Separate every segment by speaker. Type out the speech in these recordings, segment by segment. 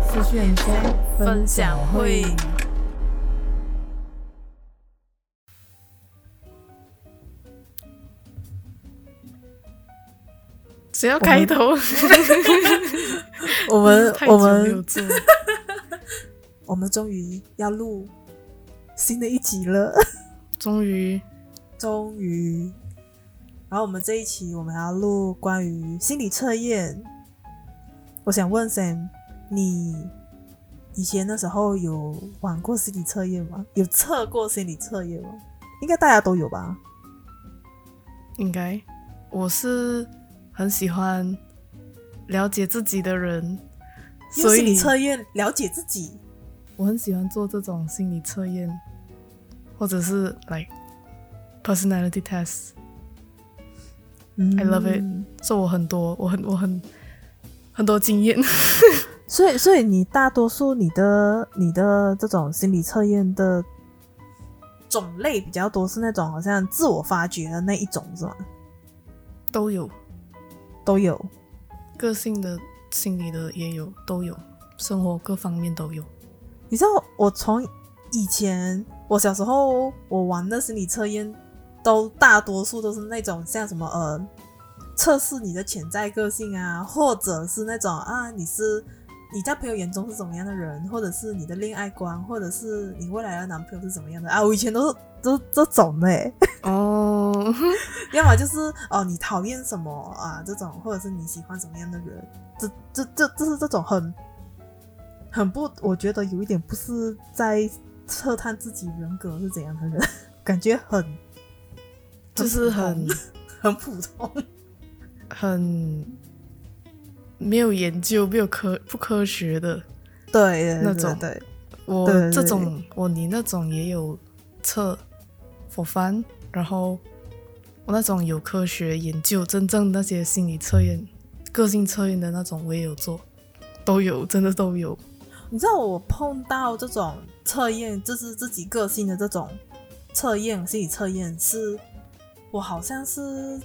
Speaker 1: 资讯三分享会。
Speaker 2: 只要开头，
Speaker 1: 我们
Speaker 2: 太
Speaker 1: 我
Speaker 2: 久没有
Speaker 1: 们
Speaker 2: 做，
Speaker 1: 我们终于要录新的一集了，
Speaker 2: 终于
Speaker 1: 终于。然后我们这一期我们要录关于心理测验。我想问 Sam，你以前的时候有玩过心理测验吗？有测过心理测验吗？应该大家都有吧？
Speaker 2: 应该我是很喜欢了解自己的人，
Speaker 1: 用
Speaker 2: 所
Speaker 1: 心理
Speaker 2: 以
Speaker 1: 测验了解自己。
Speaker 2: 我很喜欢做这种心理测验，或者是 like personality test。
Speaker 1: I
Speaker 2: I love it
Speaker 1: 嗯
Speaker 2: 做我很多，我很我很很多经验。
Speaker 1: 所以，所以你大多数你的你的这种心理测验的种类比较多，是那种好像自我发掘的那一种，是吗？
Speaker 2: 都有，
Speaker 1: 都有。
Speaker 2: 个性的、心理的也有，都有，生活各方面都有。
Speaker 1: 你知道，我从以前我小时候我玩的心理测验，都大多数都是那种像什么呃，测试你的潜在个性啊，或者是那种啊，你是你在朋友眼中是怎么样的人，或者是你的恋爱观，或者是你未来的男朋友是怎么样的啊。我以前都是都是这种的、欸。
Speaker 2: 哦，
Speaker 1: 要么就是哦，你讨厌什么啊这种，或者是你喜欢什么样的人，这这这这是这种很很不，我觉得有一点不是在测探自己人格是怎样的人，感觉很
Speaker 2: 就是很
Speaker 1: 很普通。
Speaker 2: 很没有研究、没有科不科学的。
Speaker 1: 对，
Speaker 2: 那种
Speaker 1: 对对
Speaker 2: 我
Speaker 1: 对对
Speaker 2: 这种，我你那种也有测佛翻，然后我那种有科学研究、真正那些心理测验、个性测验的那种，我也有做，都有，真的都有。
Speaker 1: 你知道我碰到这种测验，就是自己个性的这种测验，心理测验是，我好像是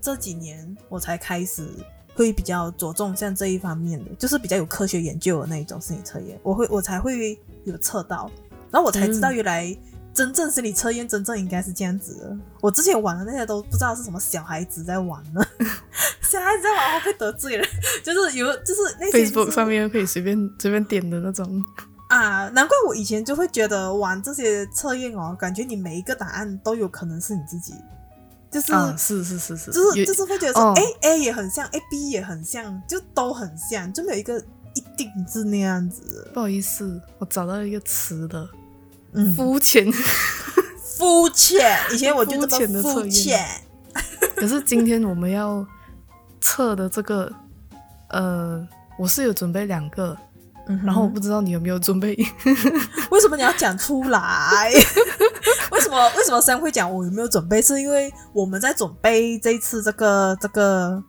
Speaker 1: 这几年我才开始会比较着重像这一方面的，就是比较有科学研究的那一种心理测验，我会我才会有测到，然后我才知道
Speaker 2: 嗯
Speaker 1: 原来真正心理测验真正应该是这样子的。我之前玩的那些都不知道是什么小孩子在玩呢，小孩子在玩会不会得罪人，就是有就是那些、就是、
Speaker 2: Facebook 上面可以随便随便点的那种，
Speaker 1: 啊，难怪我以前就会觉得玩这些测验哦，感觉你每一个答案都有可能是你自己，就是、
Speaker 2: 啊，是是是是，
Speaker 1: 就是
Speaker 2: 有
Speaker 1: 就是会觉得说，
Speaker 2: 哦
Speaker 1: 哎、a 也很像，A B 也很像，就都很像，就没有一个一定是那样子的。
Speaker 2: 不好意思，我找到一个词的，
Speaker 1: 嗯，
Speaker 2: 肤浅。
Speaker 1: 肤浅，以前我就
Speaker 2: 肤
Speaker 1: 这
Speaker 2: 浅
Speaker 1: 么
Speaker 2: 的测
Speaker 1: 肤
Speaker 2: 验
Speaker 1: 浅。
Speaker 2: 可是今天我们要测的这个，呃，我是有准备两个，
Speaker 1: 嗯哼
Speaker 2: 然后我不知道你有没有准备。
Speaker 1: 为什么你要讲出 来？为什么为什么三会讲我有没有准备？是因为我们在准备这一次这个这个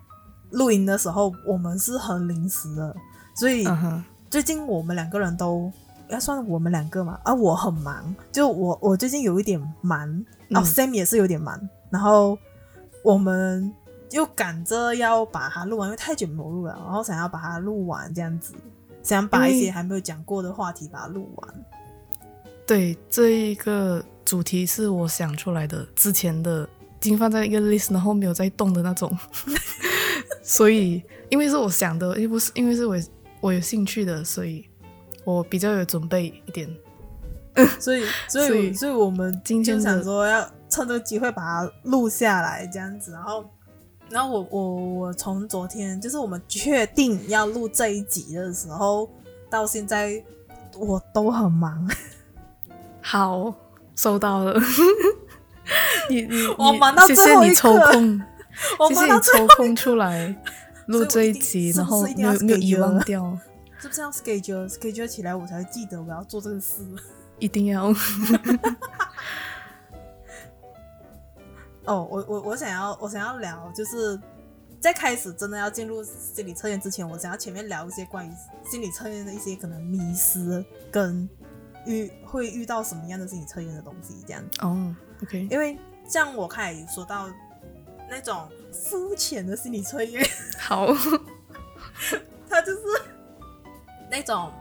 Speaker 1: 录音的时候，我们是很临时的，所以
Speaker 2: 嗯哼，
Speaker 1: 最近我们两个人都要算我们两个嘛，啊，我很忙，就我我最近有一点忙，然后
Speaker 2: 嗯
Speaker 1: Sam 也是有点忙，然后我们又赶着要把它录完，因为太久没有录了，然后想要把它录完这样子，想把一
Speaker 2: 因
Speaker 1: 些
Speaker 2: 为
Speaker 1: 还没有讲过的话题把它录完。
Speaker 2: 对，这一个主题是我想出来的，之前的已经放在一个 list，然后没有在动的那种。 所以，因为是我想的，又不是因为是我我有兴趣的，所以我比较有准备一点。
Speaker 1: 所以，所以，所
Speaker 2: 所
Speaker 1: 以
Speaker 2: 以
Speaker 1: 我们
Speaker 2: 今天
Speaker 1: 就
Speaker 2: 的
Speaker 1: 想说要趁这个机会把它录下来，这样子。然后，然后我我我从昨天就是我们确定要录这一集的时候到现在，我都很忙，
Speaker 2: 好，收到了。 你你
Speaker 1: 我
Speaker 2: 你
Speaker 1: 忙到
Speaker 2: 谢
Speaker 1: 最
Speaker 2: 谢
Speaker 1: 后一
Speaker 2: 你抽
Speaker 1: 刻
Speaker 2: 空，
Speaker 1: 我
Speaker 2: 谢
Speaker 1: 忙
Speaker 2: 谢
Speaker 1: 到
Speaker 2: 你
Speaker 1: 最
Speaker 2: 抽
Speaker 1: 后，
Speaker 2: 空出来录
Speaker 1: 所
Speaker 2: 这
Speaker 1: 以我一
Speaker 2: 一
Speaker 1: 定
Speaker 2: 集，
Speaker 1: 是
Speaker 2: 然
Speaker 1: 不是
Speaker 2: 后
Speaker 1: 一定
Speaker 2: 没
Speaker 1: 要
Speaker 2: 有没有
Speaker 1: schedule
Speaker 2: 遗忘
Speaker 1: 了
Speaker 2: 掉，
Speaker 1: 是不是要 schedule schedule 起来，我才会记得我要做这个事？
Speaker 2: 一定要。
Speaker 1: 哦，我我我想要我想要聊，就是在开始真的要进入心理测验之前，我想要前面聊一些关于心理测验的一些可能迷失跟遇会遇到什么样的心理测验的东西，这样。
Speaker 2: 哦，OK，
Speaker 1: 因为像我开始说到那种肤浅的心理测验，
Speaker 2: 好，
Speaker 1: 它就是那种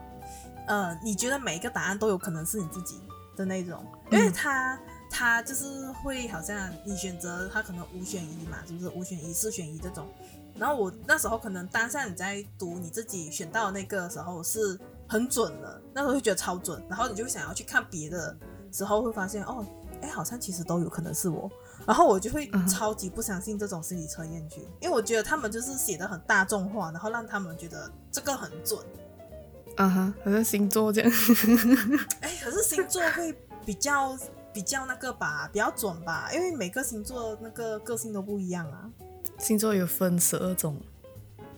Speaker 1: 呃，你觉得每一个答案都有可能是你自己的那种，因为
Speaker 2: 嗯
Speaker 1: 他他就是会好像你选择他可能五选一嘛，是不是五选一、四选一这种。然后我那时候可能当下你在读你自己选到的那个时候是很准的，那时候就觉得超准，然后你就想要去看别的时候会发现哦，哎，好像其实都有可能是我。 然后我就会
Speaker 2: 嗯哼
Speaker 1: 超级不相信这种心理测验剧，因为我觉得他们就是写的很大众化，然后让他们觉得这个很 准。
Speaker 2: 啊哈，好像星座这样。
Speaker 1: 哎，可是星座会比较比较那个吧，比较准吧，因为每个星座那个个性都不一样啊。
Speaker 2: 星座有分十二种，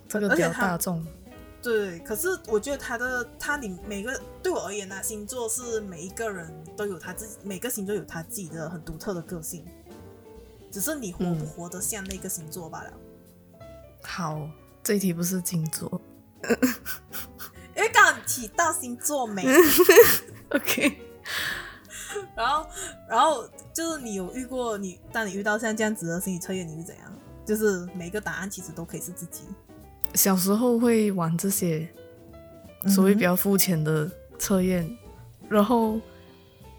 Speaker 2: 这个
Speaker 1: 而且
Speaker 2: 比较
Speaker 1: 它
Speaker 2: 大众。
Speaker 1: 对，可是我觉得他的他里每个对我而言呢、啊星座是每一个人都有他自己，每个星座有他自己的很独特的个性，只是你活不
Speaker 2: 嗯
Speaker 1: 活得像那个星座罢了。
Speaker 2: 好，这一题不是星座。
Speaker 1: 因为刚刚提到星座美，
Speaker 2: 嗯 OK，
Speaker 1: 然后然后就是你有遇过你，当你遇到像这样子的心理测验，你会怎样？就是每个答案其实都可以是自己。
Speaker 2: 小时候会玩这些所谓比
Speaker 1: 嗯
Speaker 2: 较肤浅的测验，然后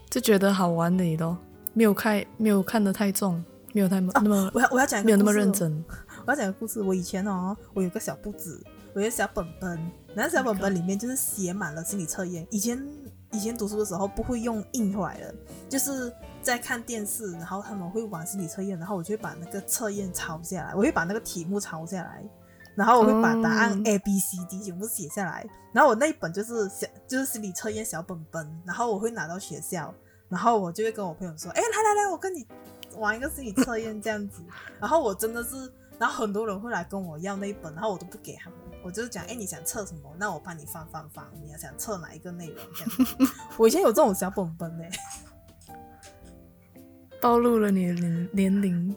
Speaker 2: 就觉得好玩的咯，没有看没有看得太重，没有太那么、
Speaker 1: 哦我要我要讲一个
Speaker 2: 没有那么
Speaker 1: 故事
Speaker 2: 认
Speaker 1: 哦
Speaker 2: 真。
Speaker 1: 我要讲个故事。我以前哦，我有个小簿子，我有个小本本，然后小本本里面就是写满了心理测验。以前以前读书的时候不会用印出来的，就是在看电视，然后他们会玩心理测验，然后我就会把那个测验抄下来，我会把那个题目抄下来。然后我会把答案
Speaker 2: 嗯
Speaker 1: A、B、C、D 全部写下来，然后我那一本就是小就是心理测验小本本，然后我会拿到学校，然后我就会跟我朋友说，哎，来来来，我跟你玩一个心理测验这样子，然后我真的是，然后很多人会来跟我要那一本，然后我都不给他们，我就是讲，哎，你想测什么，那我帮你翻翻翻，你要想测哪一个内容这样子。我以前有这种小本本呢、
Speaker 2: 暴露了你的年年龄，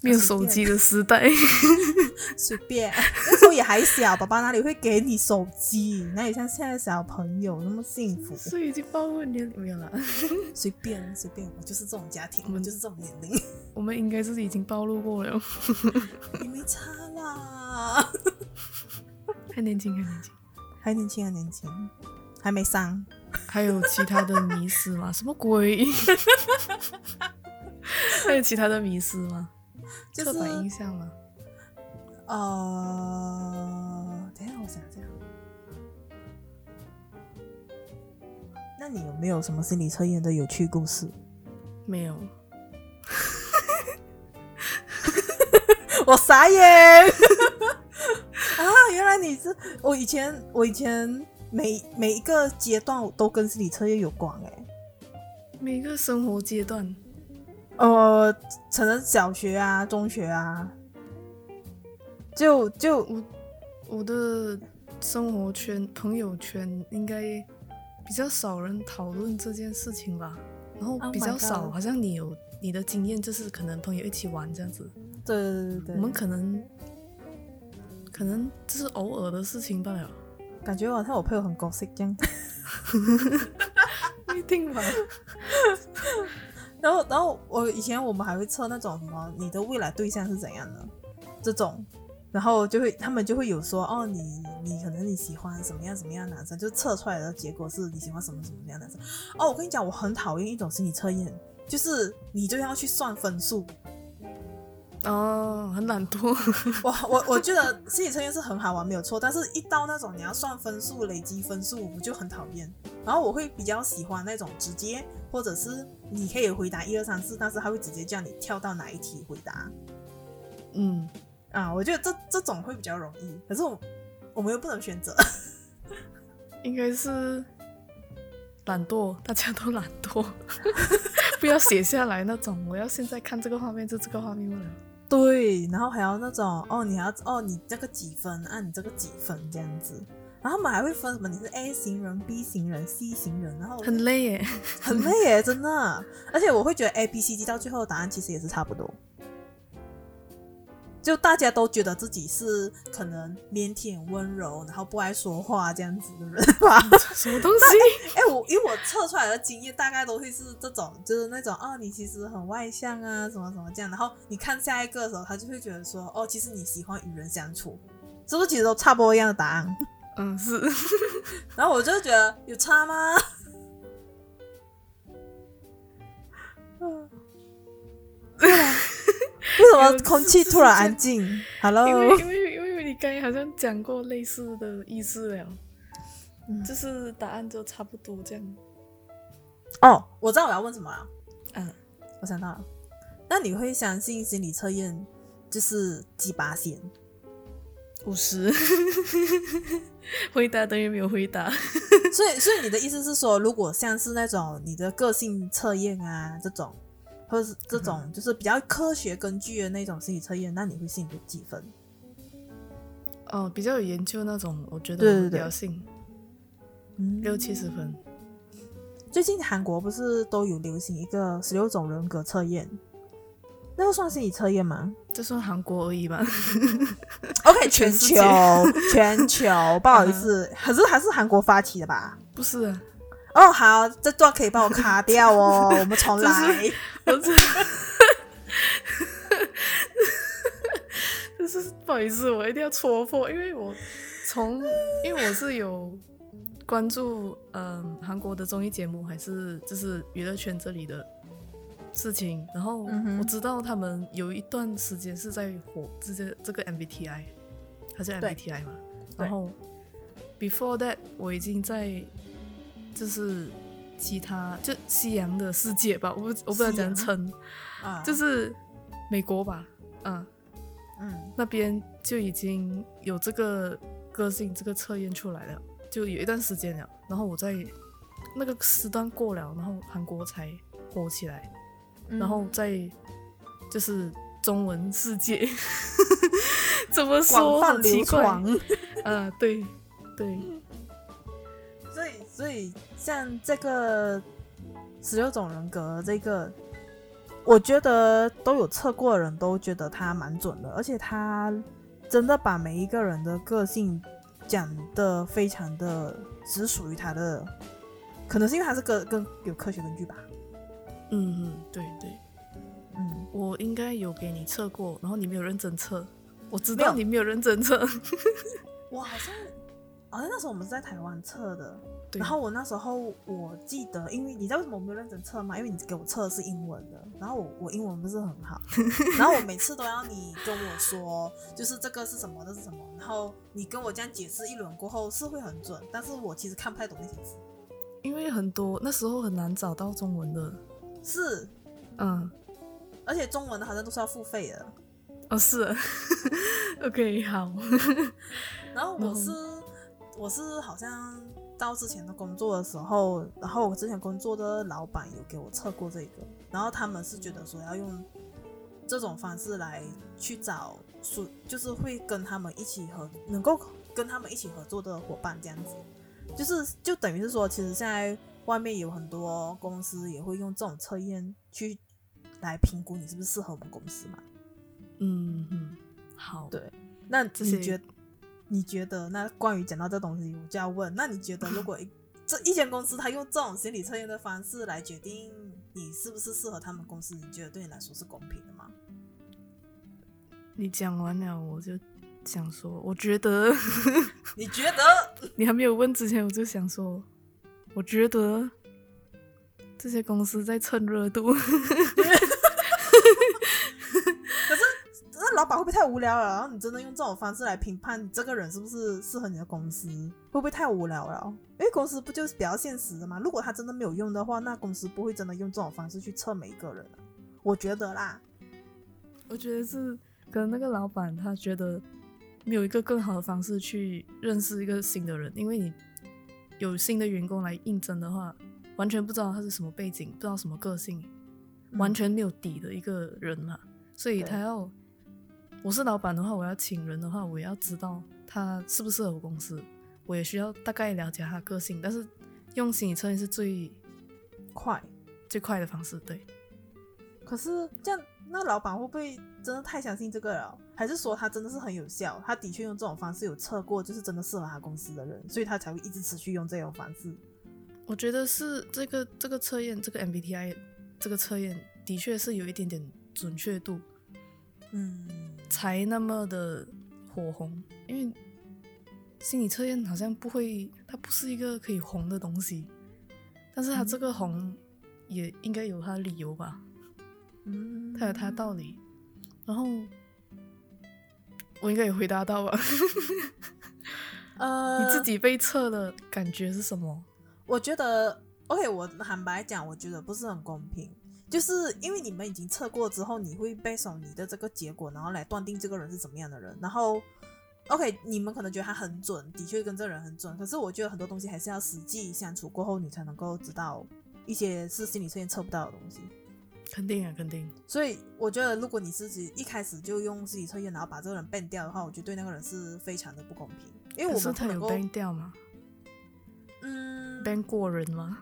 Speaker 2: 没有手机的时代。
Speaker 1: 随便，那时候也还小，爸爸哪里会给你手机，哪里像现在小朋友那么幸 福？
Speaker 2: 所以已经暴露了年龄没有啦，
Speaker 1: 随便随便，我就是这种家庭，
Speaker 2: 嗯
Speaker 1: 我就是这种年龄，
Speaker 2: 我们应该是已经暴露过了，
Speaker 1: 你没差啦，
Speaker 2: 还年轻还年轻。
Speaker 1: 还年轻还啊年轻，还没伤。
Speaker 2: 还有其他的迷思 吗？什么鬼？还有其他的迷思吗？
Speaker 1: 就是
Speaker 2: 刻板印象吗？
Speaker 1: 呃，等一下我想一下，那你有没有什么心理测验的有趣故事？
Speaker 2: 没有，
Speaker 1: 我傻眼 啊！原来你是我以前我以前每每一个阶段我都跟心理测验有关哎、
Speaker 2: 每个生活阶段
Speaker 1: 呃，可能小学啊、中学啊，就就
Speaker 2: 我的生活圈、朋友圈应该比较少人讨论这件事情吧。然后
Speaker 1: Oh
Speaker 2: 比较
Speaker 1: my
Speaker 2: 少
Speaker 1: God
Speaker 2: 好像你有你的经验，就是可能朋友一起玩这样子。
Speaker 1: 对对对对，
Speaker 2: 我们可能可能就是偶尔的事情罢了，
Speaker 1: 感觉好像我朋友很狗血这样。
Speaker 2: 不一定吧？
Speaker 1: 然后，然后我以前我们还会测那种什么你的未来对象是怎样的这种，然后就会他们就会有说哦，你你可能你喜欢什么样什么样的男生，就测出来的结果是你喜欢什么什么样的男生。哦，我跟你讲，我很讨厌一种心理测验，就是你就要去算分数。
Speaker 2: 哦，很懒惰，
Speaker 1: 我我我觉得心理测验是很好玩，没有错。但是一到那种你要算分数、累积分数，我就很讨厌。然后我会比较喜欢那种直接，或者是你可以回答一二三四，但是他会直接叫你跳到哪一题回答
Speaker 2: 嗯。
Speaker 1: 啊。我觉得这这种会比较容易，可是我我们又不能选择。
Speaker 2: 应该是懒惰，大家都懒惰， 不要写下来那种。我要现在看这个画面，就这个画面不 了。
Speaker 1: 对，然后还要那种哦，你还要哦，你这个几分啊，你这个几分这样子。然后他们还会分什么？你是 A 型人、B 型人、C 型人，然后我就
Speaker 2: 很累耶。
Speaker 1: 很累耶，真的。而且我会觉得 A、B、C、D 到最后的答案其实也是差不多，就大家都觉得自己是可能腼腆、温柔，然后不爱说话这样子的人吧。
Speaker 2: 什么东西？
Speaker 1: 哎、我因为我测出来的经验大概都会是这种，就是那种啊，你其实很外向啊，什么什么这样。然后你看下一个的时候，他就会觉得说，哦，其实你喜欢与人相处，是不是其实都差不多一样的答案？
Speaker 2: 嗯， 是，
Speaker 1: 然后我就觉得有差吗？嗯为什么空气突然安静
Speaker 2: 因为
Speaker 1: ？Hello，
Speaker 2: 因为因为你刚才好像讲过类似的意思了，
Speaker 1: 嗯
Speaker 2: 就是答案就差不多这样。
Speaker 1: 哦，我知道我要问什么了，
Speaker 2: 嗯，
Speaker 1: 我想到了。那你会相信心理测验就是鸡巴线？
Speaker 2: 五十， 回答等于没有回答。
Speaker 1: 所以，所以你的意思是说，如果像是那种你的个性测验啊这种，或者是这种就是比较科学根据的那种心理测验，那你会信多几分？
Speaker 2: 哦，比较有研究那种，我觉
Speaker 1: 对对
Speaker 2: 得我
Speaker 1: 对
Speaker 2: 比较信
Speaker 1: 嗯
Speaker 2: 六七十分。
Speaker 1: 最近韩国不是都有流行一个十六种人格测验，那个算心理测验 吗
Speaker 2: 这算韩国而已吧？
Speaker 1: ？OK，
Speaker 2: 哦全
Speaker 1: 全
Speaker 2: 世界
Speaker 1: 球全球，不好意 思，还是还是韩国发起的吧？
Speaker 2: 不是啊，
Speaker 1: 哦，好，这段可以帮我卡掉 哦，我们重来。
Speaker 2: 我这，就是不好意思，我一定要戳破，因为我从，因为我是有关注嗯韩国的综艺节目，还是就是娱乐圈这里的事情，然后
Speaker 1: 嗯哼
Speaker 2: 我知道他们有一段时间是在火这个这个 MBTI，它叫
Speaker 1: 对
Speaker 2: MBTI 嘛，
Speaker 1: 对
Speaker 2: 然后 before that 我已经在就是其他就西洋的世界吧，我不我不知道怎样
Speaker 1: 西
Speaker 2: 称，
Speaker 1: 啊，
Speaker 2: 就是美国吧，嗯，
Speaker 1: 嗯
Speaker 2: 那边就已经有这个个性这个测验出来了，就有一段时间了。然后我在那个时段过了，然后韩国才火起来，
Speaker 1: 嗯，
Speaker 2: 然后在就是中文世界 怎么
Speaker 1: 广
Speaker 2: 说
Speaker 1: 泛
Speaker 2: 很
Speaker 1: 流
Speaker 2: 奇怪，
Speaker 1: 传。
Speaker 2: 啊，对对，
Speaker 1: 所以，所以像这个十六种人格，这个我觉得都有测过的人都觉得它蛮准的，而且它真的把每一个人的个性讲的非常的只属于他的，可能是因为它是个跟有科学根据吧。
Speaker 2: 嗯嗯，对对，
Speaker 1: 嗯，
Speaker 2: 我应该有给你测过，然后你没有认真测。我知
Speaker 1: 没
Speaker 2: 道
Speaker 1: 有
Speaker 2: 你没有认真 测，
Speaker 1: 我好像好像那时候我们是在台湾测的，
Speaker 2: 对
Speaker 1: 然后我那时候我记得，因为你知道为什么我没有认真测吗？因为你给我测的是英文的，然后我我英文不是很好，然后我每次都要你跟我说，就是这个是什么，这是什么，然后你跟我这样解释一轮过后是会很准，但是我其实看不太懂那些字。
Speaker 2: 因为很多那时候很难找到中文的，
Speaker 1: 是，
Speaker 2: 嗯，
Speaker 1: 而且中文的好像都是要付费的。
Speaker 2: 哦是 啊，OK 好，
Speaker 1: 然后我是、我是好像到之前的工作的时候，然后我之前工作的老板有给我测过这个，然后他们是觉得说要用这种方式来去找属，就是会跟他们一起合，能够跟他们一起合作的伙伴这样子，就是就等于是说，其实现在外面有很多公司也会用这种测验去来评估你是不是适合我们公司嘛。
Speaker 2: 嗯嗯好，
Speaker 1: 对那
Speaker 2: 这
Speaker 1: 你
Speaker 2: 些
Speaker 1: 觉你觉得那关于讲到这东西，我就要问，那你觉得如果一这一间公司它用这种心理测验的方式来决定你是不是适合他们公司，你觉得对你来说是公平的吗？
Speaker 2: 你讲完了我就想说，我觉得
Speaker 1: 你觉得？
Speaker 2: 你还没有问之前我就想说，我觉得这些公司在蹭热度，
Speaker 1: 那老板会不会太无聊了？然后你真的用这种方式来评判你这个人是不是适合你的公司，会不会太无聊了？因为公司不就是比较现实的吗？如果他真的没有用的话，那公司不会真的用这种方式去测每一个人啊。我觉得啦，
Speaker 2: 我觉得是可能那个老板他觉得没有一个更好的方式去认识一个新的人，因为你有新的员工来应征的话，完全不知道他是什么背景，不知道什么个性，
Speaker 1: 嗯
Speaker 2: 完全没有底的一个人嘛，所以
Speaker 1: 对
Speaker 2: 他要我是老板的话，我要请人的话，我也要知道他适不适合我公司，我也需要大概了解他的个性，但是用心理测验是最
Speaker 1: 快。
Speaker 2: 最快的方式，对。
Speaker 1: 可是这样，那老板会不会真的太相信这个了？还是说他真的是很有效？他的确用这种方式有测过，就是真的适合他公司的人，所以他才会一直持续用这种方式。
Speaker 2: 我觉得是这个这个测验，这个 MBTI 这个测验的确是有一点点准确度，
Speaker 1: 嗯，
Speaker 2: 才那么的火红。因为心理测验好像不会，它不是一个可以红的东西，但是它这个红也应该有它的理由吧，
Speaker 1: 嗯，
Speaker 2: 它有它的道理。然后我应该也回答到吧，
Speaker 1: 呃，
Speaker 2: 你自己被测的感觉是什么？
Speaker 1: 我觉得 OK，我坦白讲，我觉得不是很公平，就是因为你们已经测过之后，你会背手你的这个结果，然后来断定这个人是怎么样的人。然后 OK，你们可能觉得他很准，的确跟这个人很准，可是我觉得很多东西还是要实际相处过后，你才能够知道一些是心理测验测不到的东西。
Speaker 2: 肯定啊，肯定。
Speaker 1: 所以我觉得，如果你自己一开始就用心理测验，然后把这个人 ban 掉的话，我觉得对那个人是非常的不公平，因为
Speaker 2: 可
Speaker 1: 我
Speaker 2: 是
Speaker 1: 们不
Speaker 2: 他有
Speaker 1: 能够
Speaker 2: ban 掉吗
Speaker 1: 嗯
Speaker 2: ？ban 过人吗？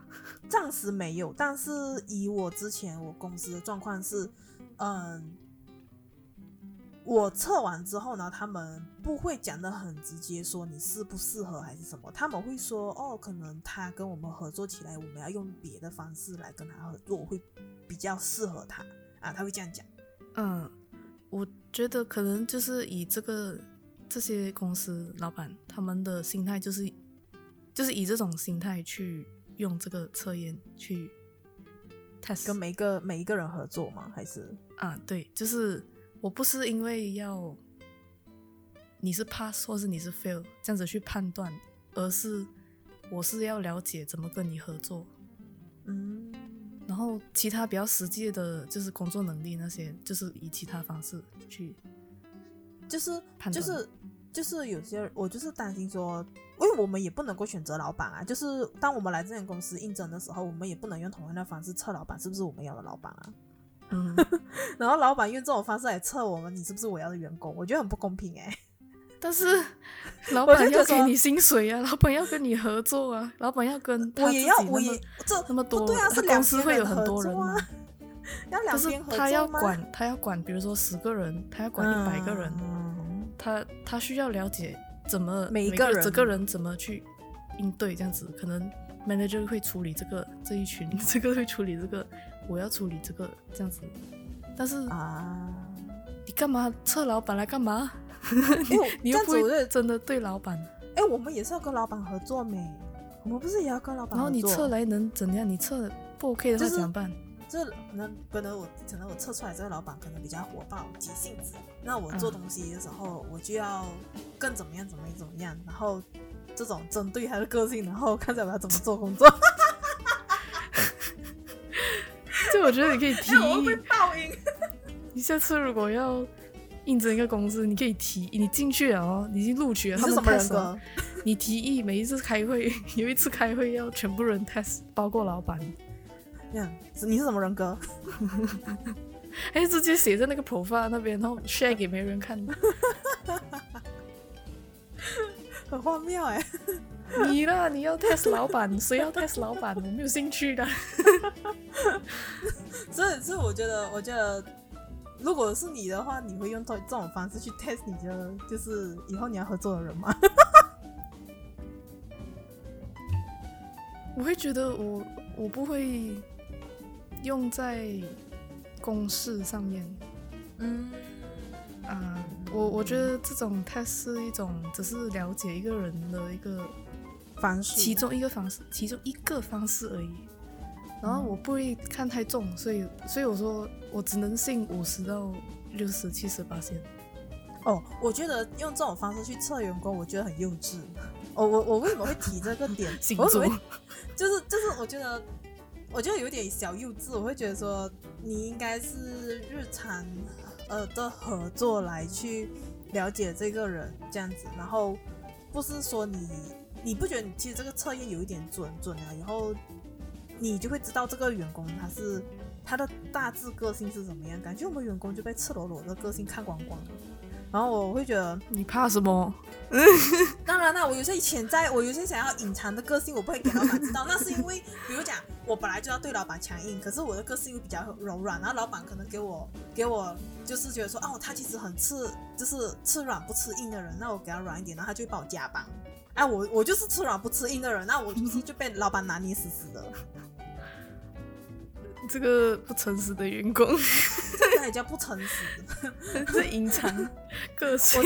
Speaker 1: 暂时没有，但是以我之前我公司的状况是，嗯，我测完之后呢，他们不会讲的很直接，说你适不适合还是什么，他们会说哦，可能他跟我们合作起来，我们要用别的方式来跟他合作，会比较适合他啊，他会这样讲。
Speaker 2: 嗯，我觉得可能就是以这个这些公司老板他们的心态，就是就是以这种心态去用这个测验去 test
Speaker 1: 跟每一个每一个人合作吗？还是
Speaker 2: 啊，对，就是我不是因为要你是 pass 或是你是 fail 这样子去判断，而是我是要了解怎么跟你合作，
Speaker 1: 嗯
Speaker 2: 然后其他比较实际的，就是工作能力那些，就是以其他方式去
Speaker 1: 就是
Speaker 2: 判断
Speaker 1: 就是就是有些人我就是担心说，因为我们也不能够选择老板啊。就是当我们来这间公司应征的时候，我们也不能用同样的方式测老板是不是我们要的老板啊。
Speaker 2: 嗯。
Speaker 1: 然后老板用这种方式来测我们，你是不是我要的员工？我觉得很不公平哎、
Speaker 2: 但 是老
Speaker 1: 我
Speaker 2: 板
Speaker 1: 就
Speaker 2: 要
Speaker 1: 觉
Speaker 2: 给
Speaker 1: 得
Speaker 2: 你薪水啊，老 板要跟你合作啊，老板要跟他
Speaker 1: 我也要
Speaker 2: 自己
Speaker 1: 我
Speaker 2: 那么
Speaker 1: 也这
Speaker 2: 那么多，
Speaker 1: 不对啊，
Speaker 2: 他
Speaker 1: 是
Speaker 2: 公
Speaker 1: 两
Speaker 2: 司
Speaker 1: 边
Speaker 2: 会有很多人
Speaker 1: 啊
Speaker 2: 嘛，，
Speaker 1: 要
Speaker 2: 可
Speaker 1: 两
Speaker 2: 是
Speaker 1: 边合作吗？
Speaker 2: 他要管他要管，比如说十个人，他要管一百个人，
Speaker 1: 嗯
Speaker 2: 他他需要了解怎么
Speaker 1: 每一
Speaker 2: 每
Speaker 1: 个人
Speaker 2: 这个人怎么去应对这样子，可能 manager 会处理这个这一群， 这个会处理这个，我要处理这个这样子，但是
Speaker 1: 啊，
Speaker 2: 你干嘛测老板来干嘛？
Speaker 1: 因为
Speaker 2: 你
Speaker 1: 这
Speaker 2: 又
Speaker 1: 样
Speaker 2: 不
Speaker 1: 子我就
Speaker 2: 会真的对老板。
Speaker 1: 哎、我们也是要跟老板合作没？我们不是也要跟老板
Speaker 2: 然后
Speaker 1: 合
Speaker 2: 你
Speaker 1: 作？
Speaker 2: 测来能怎样？你测不 OK 的话
Speaker 1: 就是
Speaker 2: 怎么办？
Speaker 1: 就是可能可能我可能我测出来这个老板可能比较火爆、急性子，那我做东西的时候、我就要更怎么样、怎么样、怎么样，然后这种针对他的个性，然后看着我要怎么做工作。
Speaker 2: 就我觉得你可以 提议，
Speaker 1: 报应。
Speaker 2: 你下次如果要应征一个公司，你可以提，你进去了哦，你已经录取了，
Speaker 1: 你
Speaker 2: 他
Speaker 1: 是什
Speaker 2: 们
Speaker 1: 么人
Speaker 2: test 了
Speaker 1: 格？
Speaker 2: 你提议每一次开会， 有一次开会要全部人 test，包括老板，
Speaker 1: 嗯，你是什么人格？
Speaker 2: 哎，直接写在那个 profile 那边，然后 share 给没人看。
Speaker 1: 很荒谬哎、
Speaker 2: 你啦，你要 test 老板，谁 要 test 老板？我没有兴趣的。
Speaker 1: 所以，所以我觉得，我觉得，如果是你的话，你会用这这种方式去 test 你的，就是以后你要合作的人吗？
Speaker 2: 我会觉得我我不会用在公事上面。
Speaker 1: 嗯，
Speaker 2: 啊，我我觉得这种 test 是一种只是了解一个人的一个
Speaker 1: 方式。
Speaker 2: 其中一个方式，其中一个方式而已。然后我不会看太重，所以所以我说我只能信五十到六十、七十八线。
Speaker 1: 哦，我觉得用这种方式去测员工，我觉得很幼稚。哦，我我为什么会提这个点
Speaker 2: 醒？
Speaker 1: 我为什么
Speaker 2: 住
Speaker 1: 会就是就是，我觉得我觉得有点小幼稚。我会觉得说，你应该是日常呃的合作来去了解这个人这样子，然后不是说你你不觉得你其实这个测验有一点准准了以后，你就会知道这个员工他是。他的大致个性是怎么样？感觉我们员工就被赤裸裸的个性看光光了。然后我会觉得，
Speaker 2: 你怕什么？
Speaker 1: 当然啦，我有些潜在，我有些想要隐藏的个性，我不会给老板知道。那是因为，比如讲，我本来就要对老板强硬，可是我的个性又比较柔软，然后老板可能给我给我就是觉得说，哦，他其实很吃，就是吃软不吃硬的人，那我给他软一点，然后他就会把我加班。哎、我我就是吃软不吃硬的人，那我不是就被老板拿捏死死的？
Speaker 2: 这个不诚实的员工，
Speaker 1: 真的也叫不诚实。
Speaker 2: 是隐藏 个性。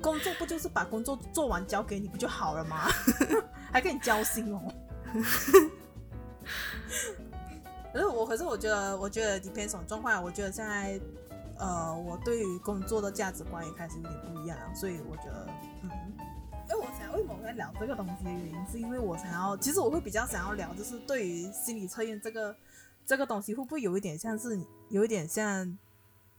Speaker 1: 工作不就是把工作做完交给你不就好了吗？ 还跟你交心哦。可是我，可是我觉得，我觉得 depends 什么状况啊，我觉得现在，呃，我对于工作的价值观也开始有点不一样了，所以我觉得，嗯，因为我想为什么我在聊这个东西的原因，是因为我想要，其实我会比较想要聊，就是对于心理测验这个这个东西，会不会有一点像是，有一点像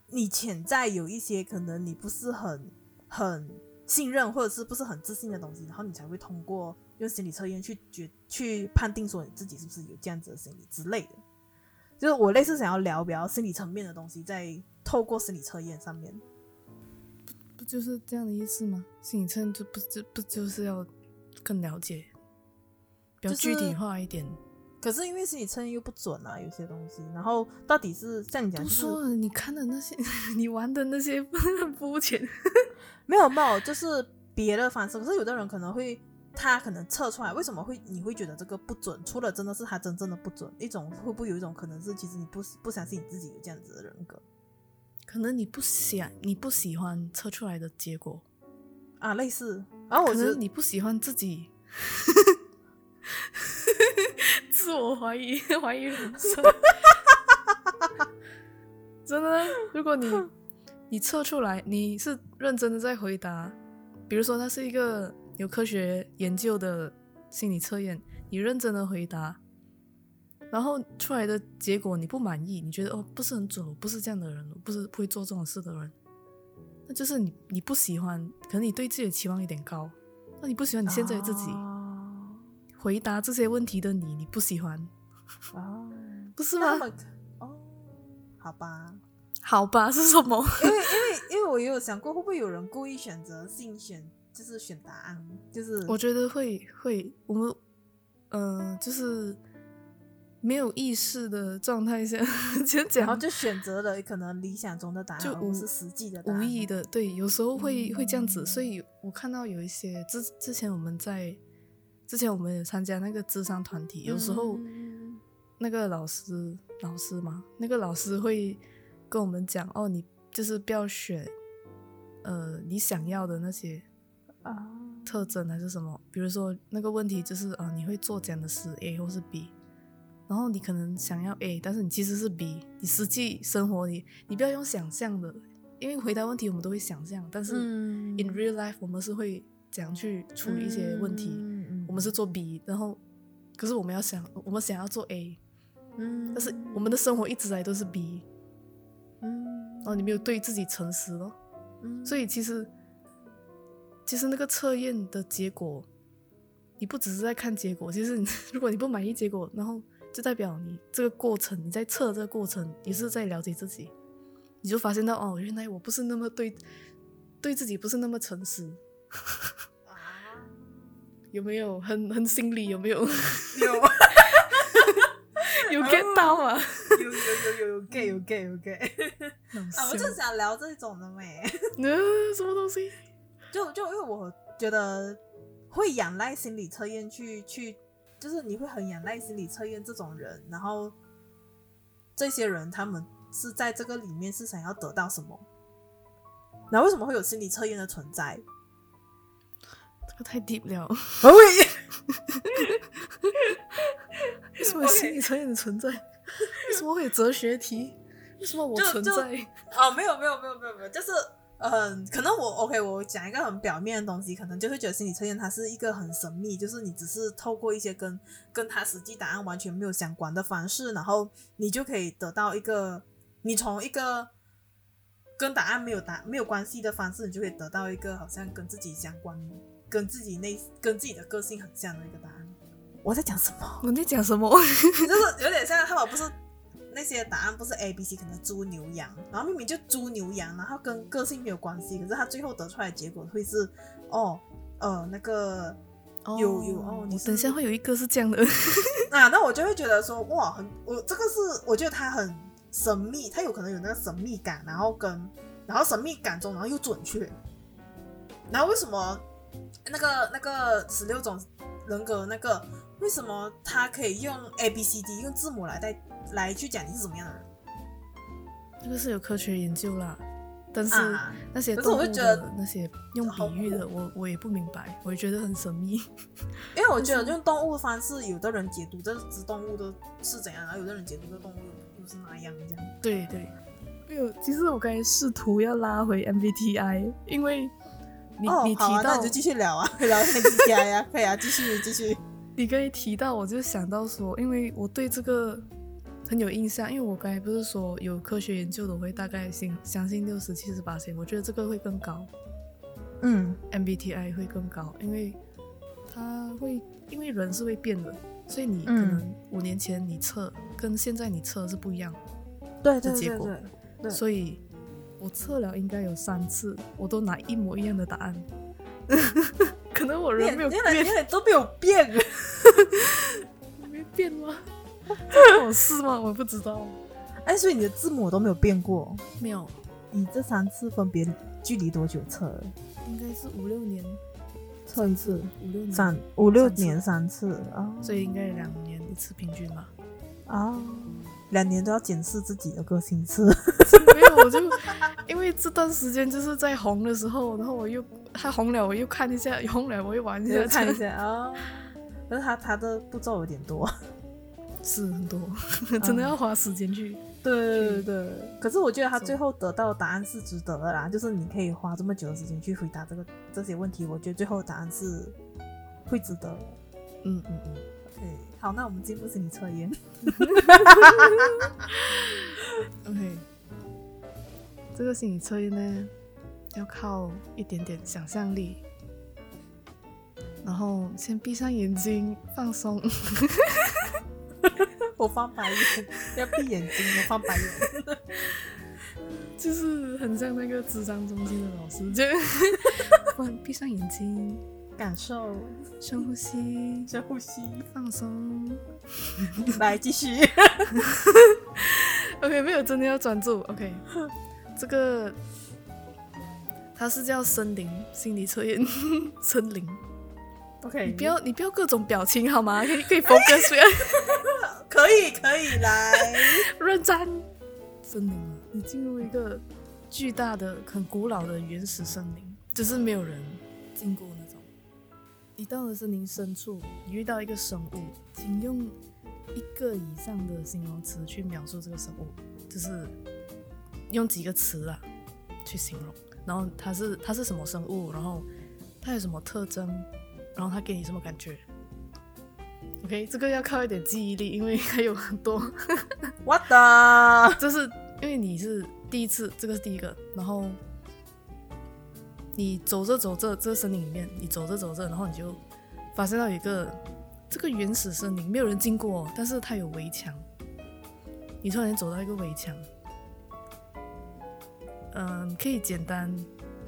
Speaker 1: 你潜在有一些可能你不是很很信任或者是不是很自信的东西，然后你才会通过用心理测验去决去判定说你自己是不是有这样子的心理之类的。就是我类似想要聊比较心理层面的东西，在透过心理测验上面。
Speaker 2: 不就是这样的意思吗？心理测验就不就不就是要更了解，比较具体化一点。
Speaker 1: 可是因为心理测验又不准啊，有些东西。然后到底是像你讲，
Speaker 2: 不
Speaker 1: 就是
Speaker 2: 说了，你看的那些， 你玩的那些 肤浅，
Speaker 1: 没有没有，就是别的方式。可是有的人可能会，他可能测出来，为什么会你会觉得这个不准？除了真的是他真正的不准，一种会不会有一种可能是，其实你不不相信你自己有这样子的人格
Speaker 2: 可能你不想，你不喜欢测出来的结果，
Speaker 1: 啊，类似。然后我
Speaker 2: 可
Speaker 1: 觉得
Speaker 2: 能你不喜欢自己， 自我怀疑， 怀疑人生。 真的，如果你你测出来你是认真的在回答，比如说它是一个有科学研究的心理测验，你认真的回答，然后出来的结果你不满意，你觉得哦不是很准，我不是这样的人，我不是不会做这种事的人，那就是你你不喜欢，可能你对自己的期望有点高，那你不喜欢你现在的自己、
Speaker 1: 啊
Speaker 2: 回答这些问题的你，你不喜欢，
Speaker 1: 啊，
Speaker 2: 不是
Speaker 1: 那
Speaker 2: 吗？
Speaker 1: 么哦，好吧。
Speaker 2: 好吧，是什么？
Speaker 1: 因为我也有想过，会不会有人故意选择性选，就是选答案，就是
Speaker 2: 我觉得会会，我们呃，就是没有意识的状态下， 先
Speaker 1: 然后
Speaker 2: 讲
Speaker 1: 就选择了可能理想中的答案，
Speaker 2: 就
Speaker 1: 而不
Speaker 2: 无
Speaker 1: 是实际的答案。
Speaker 2: 无意的，对，有时候会、
Speaker 1: 嗯
Speaker 2: 会这样子。所以我看到有一些之之前我们在之前我们有参加那个智商团体，有时候
Speaker 1: 嗯
Speaker 2: 那个老师老师嘛，那个老师会跟我们讲哦，你就是不要选呃你想要的那些
Speaker 1: 啊，
Speaker 2: 特征还是什么？比如说那个问题就是啊、你会做这样的事 A 或是 B，然后你可能想要 A，但是你其实是 B，你实际生活里你不要用想象的，因为回答问题我们都会想象，但是
Speaker 1: 嗯
Speaker 2: in real life 我们是会怎样去处理一些问题？
Speaker 1: 嗯嗯
Speaker 2: 我们是做 B，然后可是我们要想我们想要做 A，
Speaker 1: 嗯
Speaker 2: 但是我们的生活一直以来都是 B，
Speaker 1: 嗯
Speaker 2: 然后你没有对自己诚实咯。
Speaker 1: 嗯
Speaker 2: 所以其实，其实那个测验的结果，你不只是在看结果，其实你 如果你不满意结果，然后就代表你这个过程，你在测这个过程，也是在了解自己，你就发现到哦，原来我不是那么对，对自己不是那么诚实，
Speaker 1: 啊
Speaker 2: 有没有？很很心理有 没有？
Speaker 1: 有
Speaker 2: 有 get 到啊？
Speaker 1: 有有有有有 gay 有 gay 有 gay 啊！我就想聊这种的没，
Speaker 2: 嗯什么东西？
Speaker 1: 就就因为我觉得会仰赖心理测验去去，就是你会很仰赖心理测验这种人，然后这些人他们是在这个里面是想要得到什么？那为什么会有心理测验的存在？
Speaker 2: 这个太 deep 了，
Speaker 1: 我
Speaker 2: 为什么有心理测验的存在？ 为什么会有哲学题？为什么我
Speaker 1: 就
Speaker 2: 存
Speaker 1: 就
Speaker 2: 在？
Speaker 1: 哦，没有没有没有没有没有，就是嗯、呃可能我 OK，我讲一个很表面的东西，可能就会觉得心理测验它是一个很神秘，就是你只是透过一些跟跟它实际答案完全没有相关的方式，然后你就可以得到一个，你从一个跟答案没有答没有关系的方式，你就可以得到一个好像跟自己相关、跟自己内跟自己的个性很像的一个答案。我在讲什么？
Speaker 2: 我在讲什么？
Speaker 1: 就是有点像他们不是那些答案不是 A B C，可能猪牛羊，然后明明就猪牛羊，然后跟个性没有关系，可是他最后得出来的结果会是哦呃那个有有哦你
Speaker 2: 我
Speaker 1: 是
Speaker 2: 等一下会有一个是这样的，
Speaker 1: 啊，那我就会觉得说哇，很我这个是我觉得他很神秘，他有可能有那个神秘感，然后跟然后神秘感中然后又准确，然后为什么那个那个十六种人格那个为什么他可以用 A B C D 用字母来代来去讲你是什么样的人？
Speaker 2: 这个是有科学研究啦，但是
Speaker 1: 啊
Speaker 2: 那些
Speaker 1: 可是我
Speaker 2: 动
Speaker 1: 会
Speaker 2: 物
Speaker 1: 觉得
Speaker 2: 的那些用
Speaker 1: 好
Speaker 2: 比喻
Speaker 1: 酷
Speaker 2: 的，我我也不明白，我也觉得很神秘。
Speaker 1: 因为我觉得用动物方式，有的人解读这只动物的是怎样，然后有的人解读这动物又是哪样这样。
Speaker 2: 对对，
Speaker 3: 哎呦，其实我刚才试图要拉回 MBTI，因为
Speaker 2: 你、
Speaker 1: 哦，
Speaker 2: 你提
Speaker 1: 好啊，那
Speaker 2: 到
Speaker 1: 你就继续聊啊，聊 MBTI 呀、可以啊，继续继续。
Speaker 2: 你刚才提到，我就想到说，因为我对这个很有印象，因为我刚才不是说有科学研究的，我会大概信相信六十七十八我觉得这个会更高
Speaker 1: 嗯
Speaker 2: ，MBTI 会更高，因为它会因为人是会变的，所以你可能五年前你测跟现在你测是不一样的，
Speaker 1: 对
Speaker 2: 的
Speaker 1: 对
Speaker 2: 结
Speaker 1: 对
Speaker 2: 果
Speaker 1: 对，对
Speaker 2: 所以我测了应该有三次，我都拿一模一样的答 案，可能我
Speaker 1: 你
Speaker 2: 人没有
Speaker 1: 你很
Speaker 2: 变
Speaker 1: 你，很都没有变，
Speaker 2: 没变吗？这种事吗？我不知道，
Speaker 1: 哎，所以你的字母都没有变过。
Speaker 2: 没有。
Speaker 1: 你这三次分别距离多久测了？
Speaker 2: 应该是五六年，
Speaker 1: 测一次，
Speaker 2: 五六年，
Speaker 1: 嗯三五六
Speaker 2: 三次
Speaker 1: 年三次啊
Speaker 2: 所以应该两年一次平均吧。
Speaker 1: 啊，两年都要检视自己的个性是。
Speaker 2: 没有，我就因为这段时间就是在红的时候，然后我又他红了，我又看一下；红了，我又玩 一
Speaker 1: 你
Speaker 2: 下。
Speaker 1: 看一
Speaker 2: 这样
Speaker 1: 下啊。 可是他他的步骤有点多，
Speaker 2: 是很多， 真的要花时间去。
Speaker 1: 嗯对对对。可是我觉得他最后得到的答案是值得的啦，就是你可以花这么久的时间去回答这个这些问题，我觉得最后的答案是会值得的。
Speaker 2: 嗯嗯嗯，
Speaker 1: 对，好，那我们进入心理测验。
Speaker 2: OK，这个心理测验呢，要靠一点点想象力，然后先闭上眼睛放松。
Speaker 1: 我翻白眼，要闭眼睛，我翻白眼。
Speaker 2: 就是很像那个智商中心的老师， 就不然闭上眼睛，
Speaker 1: 感受，
Speaker 2: 深呼吸，
Speaker 1: 深呼吸。
Speaker 2: 放松。
Speaker 1: 来，继续。
Speaker 2: OK，没有真的要专注。OK，这个它是叫森林心理测验， 森林。
Speaker 1: OK，
Speaker 2: 你不要你不要各种表情好吗？可以可以 focus 不要
Speaker 1: 可以可以 来。
Speaker 2: 认真。森林啊，你进入一个巨大的、很古老的原始森林，就是没有人经过那种。你到了森林深处，你遇到一个生物，请用一个以上的形容词去描述这个生物，就是用几个词啦去形容。然后它是它是什么生物，然后它有什么特征，然后它给你什么感觉？OK，这个要靠一点记忆力，因为还有很多。
Speaker 1: What the？
Speaker 2: 这是因为你是第一次，这个是第一个，然后你走着走着，这个森林里面，你走着走着，然后你就发现到有一个这个原始森林，没有人经过，但是它有围墙，你突然间走到一个围墙，嗯，可以简单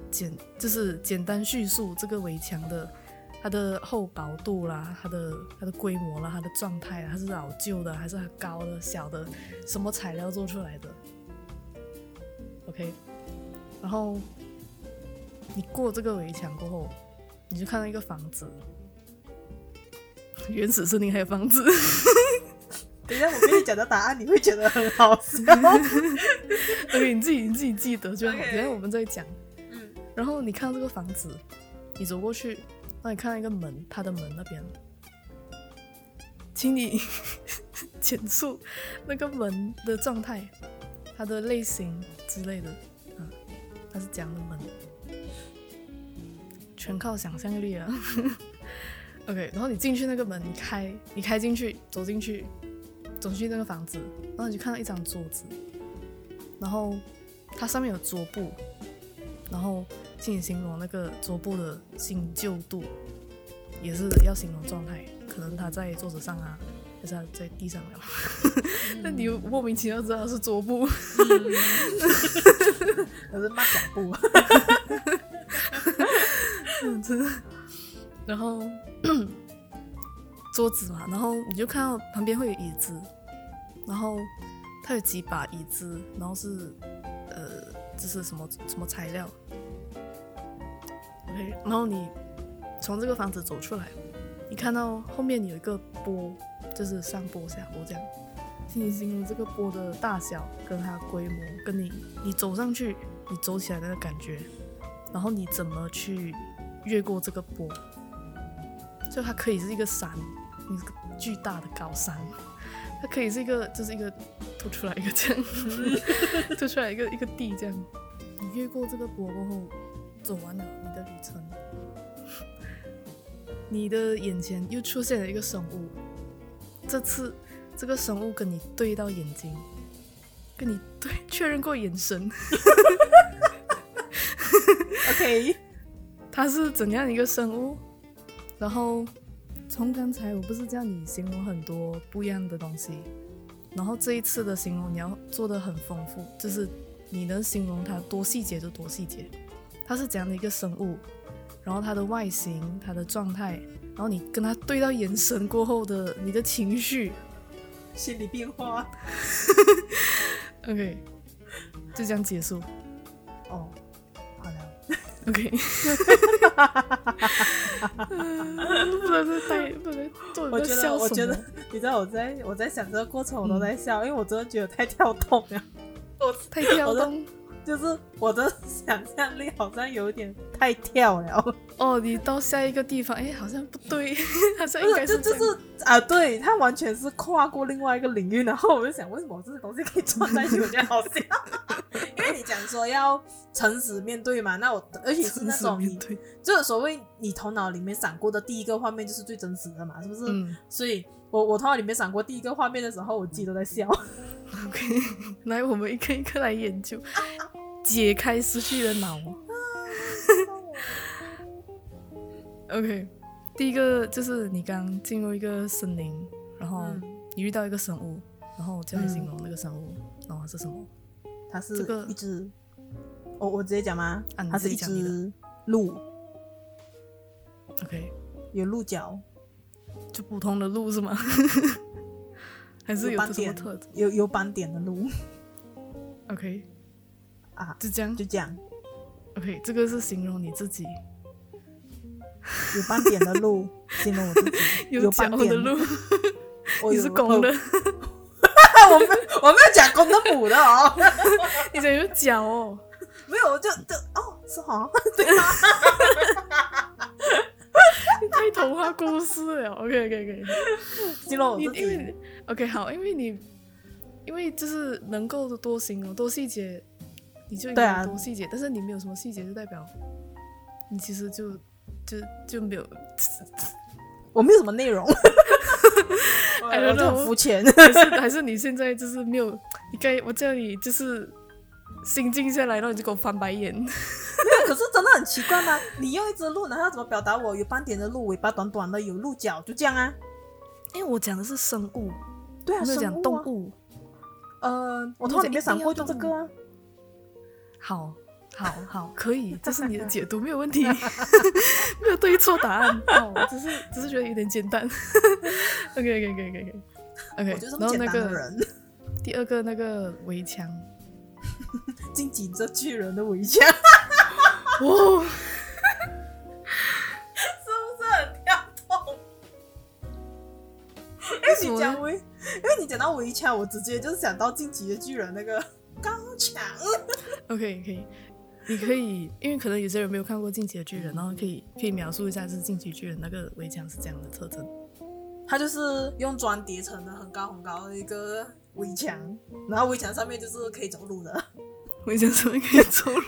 Speaker 2: 简就是简单叙述这个围墙的。它的厚薄度啦，它的它的规模啦，它的状态啦，它是老旧的还是很高的、小的，什么材料做出来的。OK，然后你过这个围墙过后，你就看到一个房子， 原始森林还有房子，
Speaker 1: 等一下，我跟你讲的答案，你会觉得很好 笑。
Speaker 2: OK，你自己你自己记得就好，
Speaker 1: OK
Speaker 2: 等一下我们再讲。
Speaker 1: 嗯，
Speaker 2: 然后你看到这个房子，你走过去，然后你看到一个门，它的门那边，请你 简述那个门的状态、它的类型之类的啊，它是怎样的门？全靠想象力啊。OK，然后你进去那个门，你开，你开进去，走进去，走进去那个房子，然后你就看到一张桌子，然后它上面有桌布，然后请你形容那个桌布的新旧度，也是要形容状态，可能它在桌子上啊，还是它在地上 了。那你又莫名其妙知道是桌布，
Speaker 1: 可是骂脚步。
Speaker 2: 真的。 然后 桌子嘛，然后你就看到旁边会有椅子，然后它有几把椅子，然后是呃，这是什么什么材料？OK，然后你从这个房子走出来，你看到后面有一个坡，就是上坡下坡这样，请你形容这个波的大小跟它的规模，跟你你走上去，你走起来的那个感觉，然后你怎么去越过这个波，就它可以是一个山，一个巨大的高山， 它可以是一个就是一个凸出来一个这样， 凸出来一个一个地这样，你越过这个波过后，走完了你的旅程， 你的眼前又出现了一个生物，这次这个生物跟你对到眼睛，跟你对确认过眼神，
Speaker 1: OK，
Speaker 2: 它是怎样一个生物？然后从刚才我不是叫你形容很多不一样的东西，然后这一次的形容你要做的很丰富，就是你能形容它多细节就多细节，它是怎样的一个生物，然后它的外形、它的状态，然后你跟它对到眼神过后的你的情绪
Speaker 1: 心理变化
Speaker 2: ，OK，就这样结束
Speaker 1: 哦，好了，
Speaker 2: ，OK，不能再带，不能做，
Speaker 1: 我觉得
Speaker 2: 笑什嗯么
Speaker 1: 我觉得， 你知道我在我在想这个过程，我都在笑，因为我真的觉得太跳动了，
Speaker 2: 太跳
Speaker 1: 我在
Speaker 2: 动。
Speaker 1: 就是我的 想象力好像有点太跳了。
Speaker 2: 哦，你到下一个地方，哎，好像不对，好像
Speaker 1: 不
Speaker 2: 应该
Speaker 1: 是，就是就
Speaker 2: 这样
Speaker 1: 是啊，对，他完全是跨过另外一个领域，然后我就想，为什么我这些东西可以撞在一起？我觉得好笑， 因为你讲说要诚实面对嘛，那我而且是那种
Speaker 2: 面
Speaker 1: 你
Speaker 2: 对，
Speaker 1: 就是所谓你头脑里面闪过的第一个画面就是最真实的嘛，是不是？
Speaker 2: 嗯
Speaker 1: 所以我我头脑里面闪过第一个画面的时候，我自己都在笑。
Speaker 2: 嗯，OK，来，我们一个一个来 研究，解开失去的脑。OK，第一个就是你刚进入一个森林，然后
Speaker 1: 嗯
Speaker 2: 你遇到一个生物，然后我叫你
Speaker 1: 嗯
Speaker 2: 形容那个生物，然后它是什么？
Speaker 1: 它是
Speaker 2: 这个
Speaker 1: 一只，我我直接讲吗？
Speaker 2: 啊你
Speaker 1: 它是
Speaker 2: 自己
Speaker 1: 一
Speaker 2: 讲你的
Speaker 1: 只鹿，
Speaker 2: OK，
Speaker 1: 有鹿角，
Speaker 2: 就普通的鹿 是吗？ 还是
Speaker 1: 有
Speaker 2: 有
Speaker 1: 斑
Speaker 2: 什么
Speaker 1: 点
Speaker 2: 特征
Speaker 1: 有有斑点的鹿
Speaker 2: ？OK，
Speaker 1: 啊，
Speaker 2: 就这样。
Speaker 1: 就这样，
Speaker 2: OK，这个是形容你自己
Speaker 1: 有斑点的鹿，形容我自 己。
Speaker 2: 脚
Speaker 1: 斑
Speaker 2: 的
Speaker 1: 点
Speaker 2: 鹿，
Speaker 1: 我
Speaker 2: 你
Speaker 1: 有哦
Speaker 2: 是公的，，
Speaker 1: 我没我没有讲公的母的哦，
Speaker 2: 你讲有脚哦。
Speaker 1: 没有，我就就哦是哈，
Speaker 2: 太童话故事了。OK OK OK，
Speaker 1: 形容我
Speaker 2: 你
Speaker 1: 自
Speaker 2: 因为
Speaker 1: 己
Speaker 2: 你 OK 好，因为你因为就是能够多形容多细节，你就应
Speaker 1: 对啊
Speaker 2: 该多细节，但是你没有什么细节，就代表你其实就就就没有，
Speaker 1: 我没有什么内 容，我
Speaker 2: I don't
Speaker 1: 我就
Speaker 2: know
Speaker 1: 很肤浅，
Speaker 2: 还是还是你现在就是没有，你该我叫你就是心静下来，然后你就给我翻白眼。
Speaker 1: 可是真的很奇怪吗？你用一只鹿，然后要怎么表达我有斑点的鹿，尾巴短短的，有鹿角，就这样啊？
Speaker 2: 因为我讲的是生物，
Speaker 1: 对啊，
Speaker 2: 我没有
Speaker 1: 生
Speaker 2: 讲动
Speaker 1: 物
Speaker 2: 物。
Speaker 1: 啊。呃，我头脑里面闪过就这个啊，
Speaker 2: 好，好，好，可以，这是你的解读，没有问 题，没有对错答 案，哦，我只是只是觉得有点简单。OK，OK，OK，OK，OK，、
Speaker 1: 我就是这
Speaker 2: 然
Speaker 1: 么
Speaker 2: 后
Speaker 1: 简
Speaker 2: 那
Speaker 1: 单的
Speaker 2: 个
Speaker 1: 人，
Speaker 2: 第二个那个围墙，
Speaker 1: 荆棘这巨人的围墙，
Speaker 2: 哦，
Speaker 1: 是不是很跳动？
Speaker 2: 什
Speaker 1: 因为
Speaker 2: 么
Speaker 1: 你
Speaker 2: 呢
Speaker 1: 讲围，因为你讲到围墙，我直接就是想到晋级的巨人那个 高墙。
Speaker 2: OK，可以，你可以，因为可能有些人没有看过《进击的巨人》，然后可以可以描述一下，就是《进击巨人》那个围墙是这样的特征。
Speaker 1: 它就是用砖叠成的很高很高的一个围墙，然后围墙上面就是可以走路的，
Speaker 2: 围墙上面可以走路，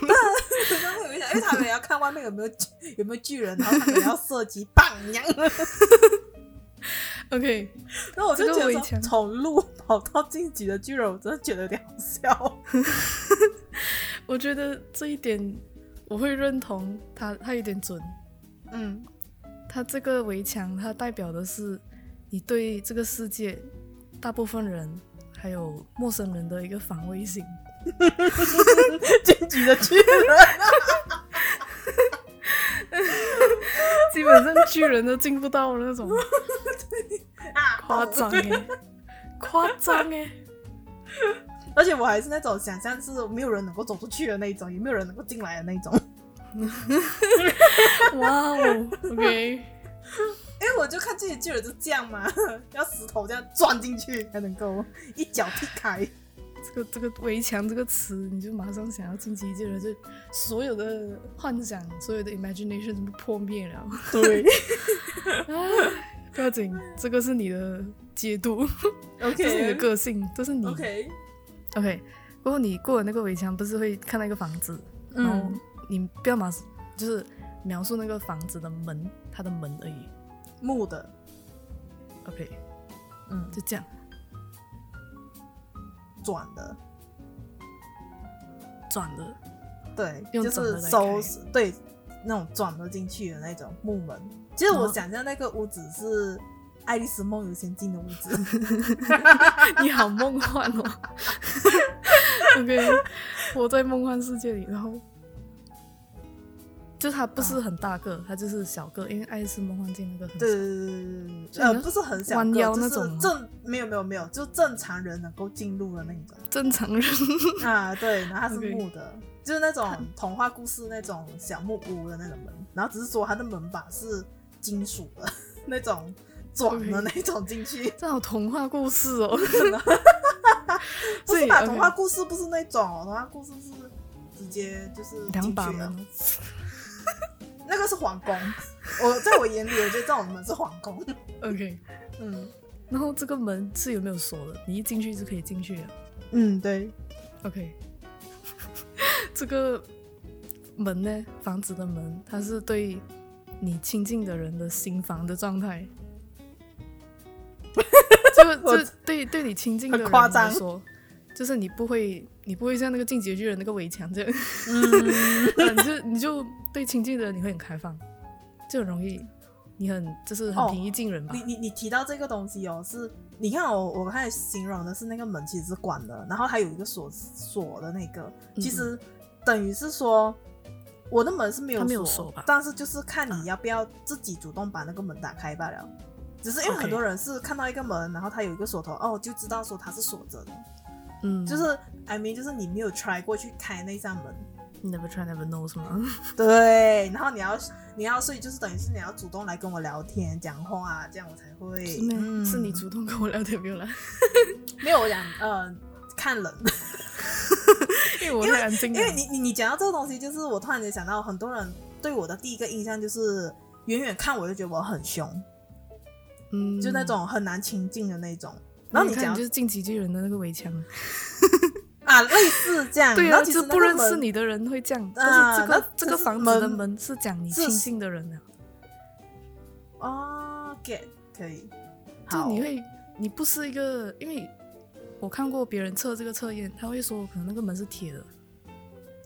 Speaker 1: 上面有围墙，因为他们也要看外面有没有 巨有没有巨人，然后他们也要射击棒一样。
Speaker 2: OK，
Speaker 1: 然后我就
Speaker 2: 这个
Speaker 1: 觉得
Speaker 2: 围
Speaker 1: 说
Speaker 2: 墙
Speaker 1: 从路跑到晋级的巨人，我真的觉得有点好笑。
Speaker 2: 我觉得这一点我会认同他，他有点准。
Speaker 1: 嗯，
Speaker 2: 它这个围墙，它代表的是你对这个世界大部分人还有陌生人的一个防卫性。
Speaker 1: 晋级的巨人，
Speaker 2: 基本上巨人都进不到那种， 夸张哎， 夸张哎。
Speaker 1: 而且我还是那种想象是没有人能够走出去的那一种，也没有人能够进来的那一种。
Speaker 2: 哇哦，OK，
Speaker 1: 哎、我就看这些巨人就这样嘛，要石头这样钻进去才能够一脚踢开。
Speaker 2: 这个这个围墙这个词，你就马上想要进击巨人，就所有的幻想、所有的 imagination 全部破灭 了。啊
Speaker 1: 对
Speaker 2: 不要紧，这个是你的解读， 这是你的
Speaker 1: ，OK
Speaker 2: 个性，这是你
Speaker 1: OK，
Speaker 2: OK，过后你过了那个围墙，不是会看到一个房子，
Speaker 1: 嗯
Speaker 2: 然后你不要马就是描述那个房子的门，它的门而已。
Speaker 1: 木的，
Speaker 2: OK，
Speaker 1: 嗯，
Speaker 2: 就这样
Speaker 1: 转的，
Speaker 2: 转的，
Speaker 1: 对，
Speaker 2: 用
Speaker 1: 就
Speaker 2: 转的
Speaker 1: 是
Speaker 2: 来
Speaker 1: 收
Speaker 2: 开
Speaker 1: 拾对那种转了进去的那种木门。其实
Speaker 2: 然
Speaker 1: 我
Speaker 2: 后
Speaker 1: 想象那个屋子是《爱丽丝梦游仙境》的屋 子，
Speaker 2: 哎你好梦幻哦。OK，我在梦幻世界里，然后就它不是很大个，它就是小个，因为爱丽丝梦幻境那个很小
Speaker 1: 对对对对对对
Speaker 2: 就
Speaker 1: 对，呃
Speaker 2: 你，要
Speaker 1: 不是很小
Speaker 2: 哎弯
Speaker 1: 个，
Speaker 2: 腰
Speaker 1: 就
Speaker 2: 那
Speaker 1: 是
Speaker 2: 种吗
Speaker 1: 正没有没有没有，就正常人能够进入的那种。
Speaker 2: 正常人。
Speaker 1: 啊，对，然后它是
Speaker 2: OK
Speaker 1: 木的就是那种童话故事那种小木屋的那种门，然后只是说它的门把是金属的 那种转的
Speaker 2: OK
Speaker 1: 那种进去，
Speaker 2: 这好童话故事哦，
Speaker 1: 不
Speaker 2: 所
Speaker 1: 是
Speaker 2: 以
Speaker 1: 吧？
Speaker 2: ，OK
Speaker 1: 童话故事不是那种，童话故事是直接就是
Speaker 2: 两
Speaker 1: 进
Speaker 2: 把
Speaker 1: 去了，
Speaker 2: 门，
Speaker 1: 那个是皇宫。我在我眼里，我觉得这种门是皇宫。
Speaker 2: OK，
Speaker 1: 嗯
Speaker 2: 然后这个门是有没有锁的？你一进去就可以进去了。
Speaker 1: 嗯，对，
Speaker 2: OK，这个门呢，房子的门，它是对你亲近的人的心房的状态。 就
Speaker 1: 我
Speaker 2: 就对对你亲近的
Speaker 1: 很
Speaker 2: 人
Speaker 1: 夸
Speaker 2: 来
Speaker 1: 张
Speaker 2: 说，就是你不会你不会像那个进击的巨人那个围墙 这样，
Speaker 1: 嗯
Speaker 2: 呃你就你就对亲近的人你会很开放，就很容易，你很就是很
Speaker 1: 哦
Speaker 2: 平易近人吧。
Speaker 1: 你你你提到这个东西哦，是你看我我刚才形容的是那个门其实是关的，然后还有一个锁锁的那个，
Speaker 2: 嗯
Speaker 1: 其实等于是说我的门是没有
Speaker 2: 它
Speaker 1: 锁，
Speaker 2: 没有锁吧啊
Speaker 1: 但是就是看你要不要自己主动把那个门打开罢了。只是因为
Speaker 2: OK
Speaker 1: 很多人是看到一个门，然后它有一个锁头，哦，就知道说它是锁着的，
Speaker 2: 嗯，
Speaker 1: 就是 I mean 就是你没有 try 过去开那扇门，
Speaker 2: never try never know 是吗？
Speaker 1: 对，然后你要你要所以就是等于是你要主动来跟我聊天讲话、啊这样我才会
Speaker 2: 是咩、
Speaker 1: 嗯
Speaker 2: 是你主动跟我聊天没有啦？
Speaker 1: 没有，我讲，呃，看 人，
Speaker 2: 因为我太安静了。
Speaker 1: 因为你你你讲到这个东西，就是我突然间想到，很多人对我的第一个印象就是远远看我就觉得我很凶，
Speaker 2: 嗯
Speaker 1: 就那，种很难亲近的那种。然后你
Speaker 2: 你嗯看
Speaker 1: 讲
Speaker 2: 你就是进击巨人的那个围墙，
Speaker 1: 啊，类似这样，
Speaker 2: 对
Speaker 1: 然
Speaker 2: 啊，
Speaker 1: 后其
Speaker 2: 就是
Speaker 1: 实
Speaker 2: 不认识你的人会这样，但是
Speaker 1: 那
Speaker 2: 这个啊这
Speaker 1: 可
Speaker 2: 个
Speaker 1: 是
Speaker 2: 房子的
Speaker 1: 门
Speaker 2: 门是讲你
Speaker 1: 这
Speaker 2: 亲
Speaker 1: 是
Speaker 2: 近的人啊，
Speaker 1: 哦，get 可以，
Speaker 2: 就
Speaker 1: 好
Speaker 2: 你会你不是一个，因为我看过别人测这个测验，他会说可能那个门是铁的，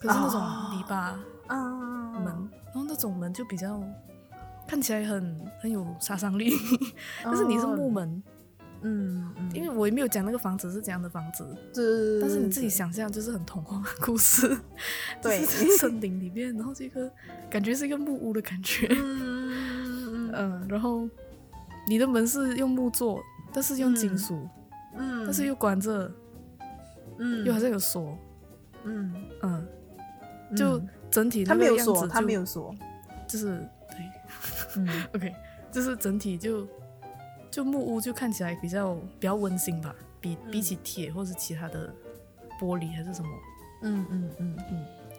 Speaker 2: 可是那种
Speaker 1: 哦
Speaker 2: 篱笆
Speaker 1: 啊
Speaker 2: 门，然后那种门就比较看起来很很有杀伤 力，但是你是木
Speaker 1: 哦，
Speaker 2: 门，
Speaker 1: 嗯，嗯
Speaker 2: 因为我也没有讲那个房子是怎样的房子，
Speaker 1: 对，
Speaker 2: 但是你自己
Speaker 1: 对，
Speaker 2: 想象就是很童话故事，
Speaker 1: 对
Speaker 2: 就是在森林里面，然后这个感觉是一个木屋的感觉，
Speaker 1: 对嗯嗯 嗯
Speaker 2: 嗯，然后你的门是用木做，但是用金属，
Speaker 1: 嗯，
Speaker 2: 但是又关着，
Speaker 1: 嗯
Speaker 2: 又好像有锁，
Speaker 1: 嗯，
Speaker 2: 嗯，就
Speaker 1: 嗯
Speaker 2: 整体
Speaker 1: 他
Speaker 2: 那
Speaker 1: 没
Speaker 2: 个
Speaker 1: 有
Speaker 2: 样子
Speaker 1: 说，
Speaker 2: 就
Speaker 1: 他没有说，
Speaker 2: 就是对
Speaker 1: 嗯。
Speaker 2: ，OK，就是整体就就木屋就看起来比较比较温馨吧，比
Speaker 1: 嗯
Speaker 2: 比起铁或是其他的玻璃还是什么，
Speaker 1: 嗯嗯嗯，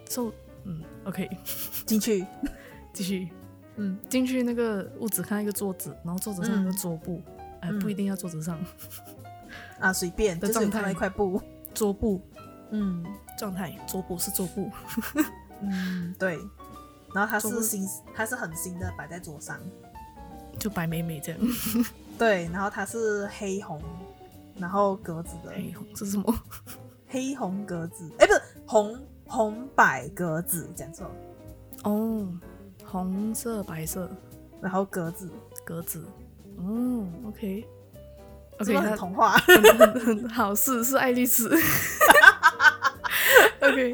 Speaker 2: 就、嗯，OK，
Speaker 1: 进去，
Speaker 2: 继续。
Speaker 1: 嗯
Speaker 2: 进去那个屋子看一个桌子，然后桌子上有个
Speaker 1: 嗯
Speaker 2: 桌布，哎、
Speaker 1: 嗯
Speaker 2: 不一定要桌子上，
Speaker 1: 啊，随便，
Speaker 2: 的
Speaker 1: 就是有
Speaker 2: 状态
Speaker 1: 看到一块布，
Speaker 2: 桌布
Speaker 1: 嗯
Speaker 2: 状态，桌布是桌布，
Speaker 1: 嗯，对，然后它
Speaker 2: 桌布
Speaker 1: 是新，它是很新的，摆在桌上，
Speaker 2: 嗯就白美美这样。
Speaker 1: 对，然后它是黑红，然后格子的，
Speaker 2: 哎，这是什么？
Speaker 1: 黑红格子，哎，不是红红白格子，讲错了，
Speaker 2: 哦，红色、白色
Speaker 1: 然后格子，
Speaker 2: 格子。哦，OK。
Speaker 1: 是不
Speaker 2: OK，
Speaker 1: 是
Speaker 2: 它
Speaker 1: 很童话？
Speaker 2: 很很很 好，是是爱丽丝。OK，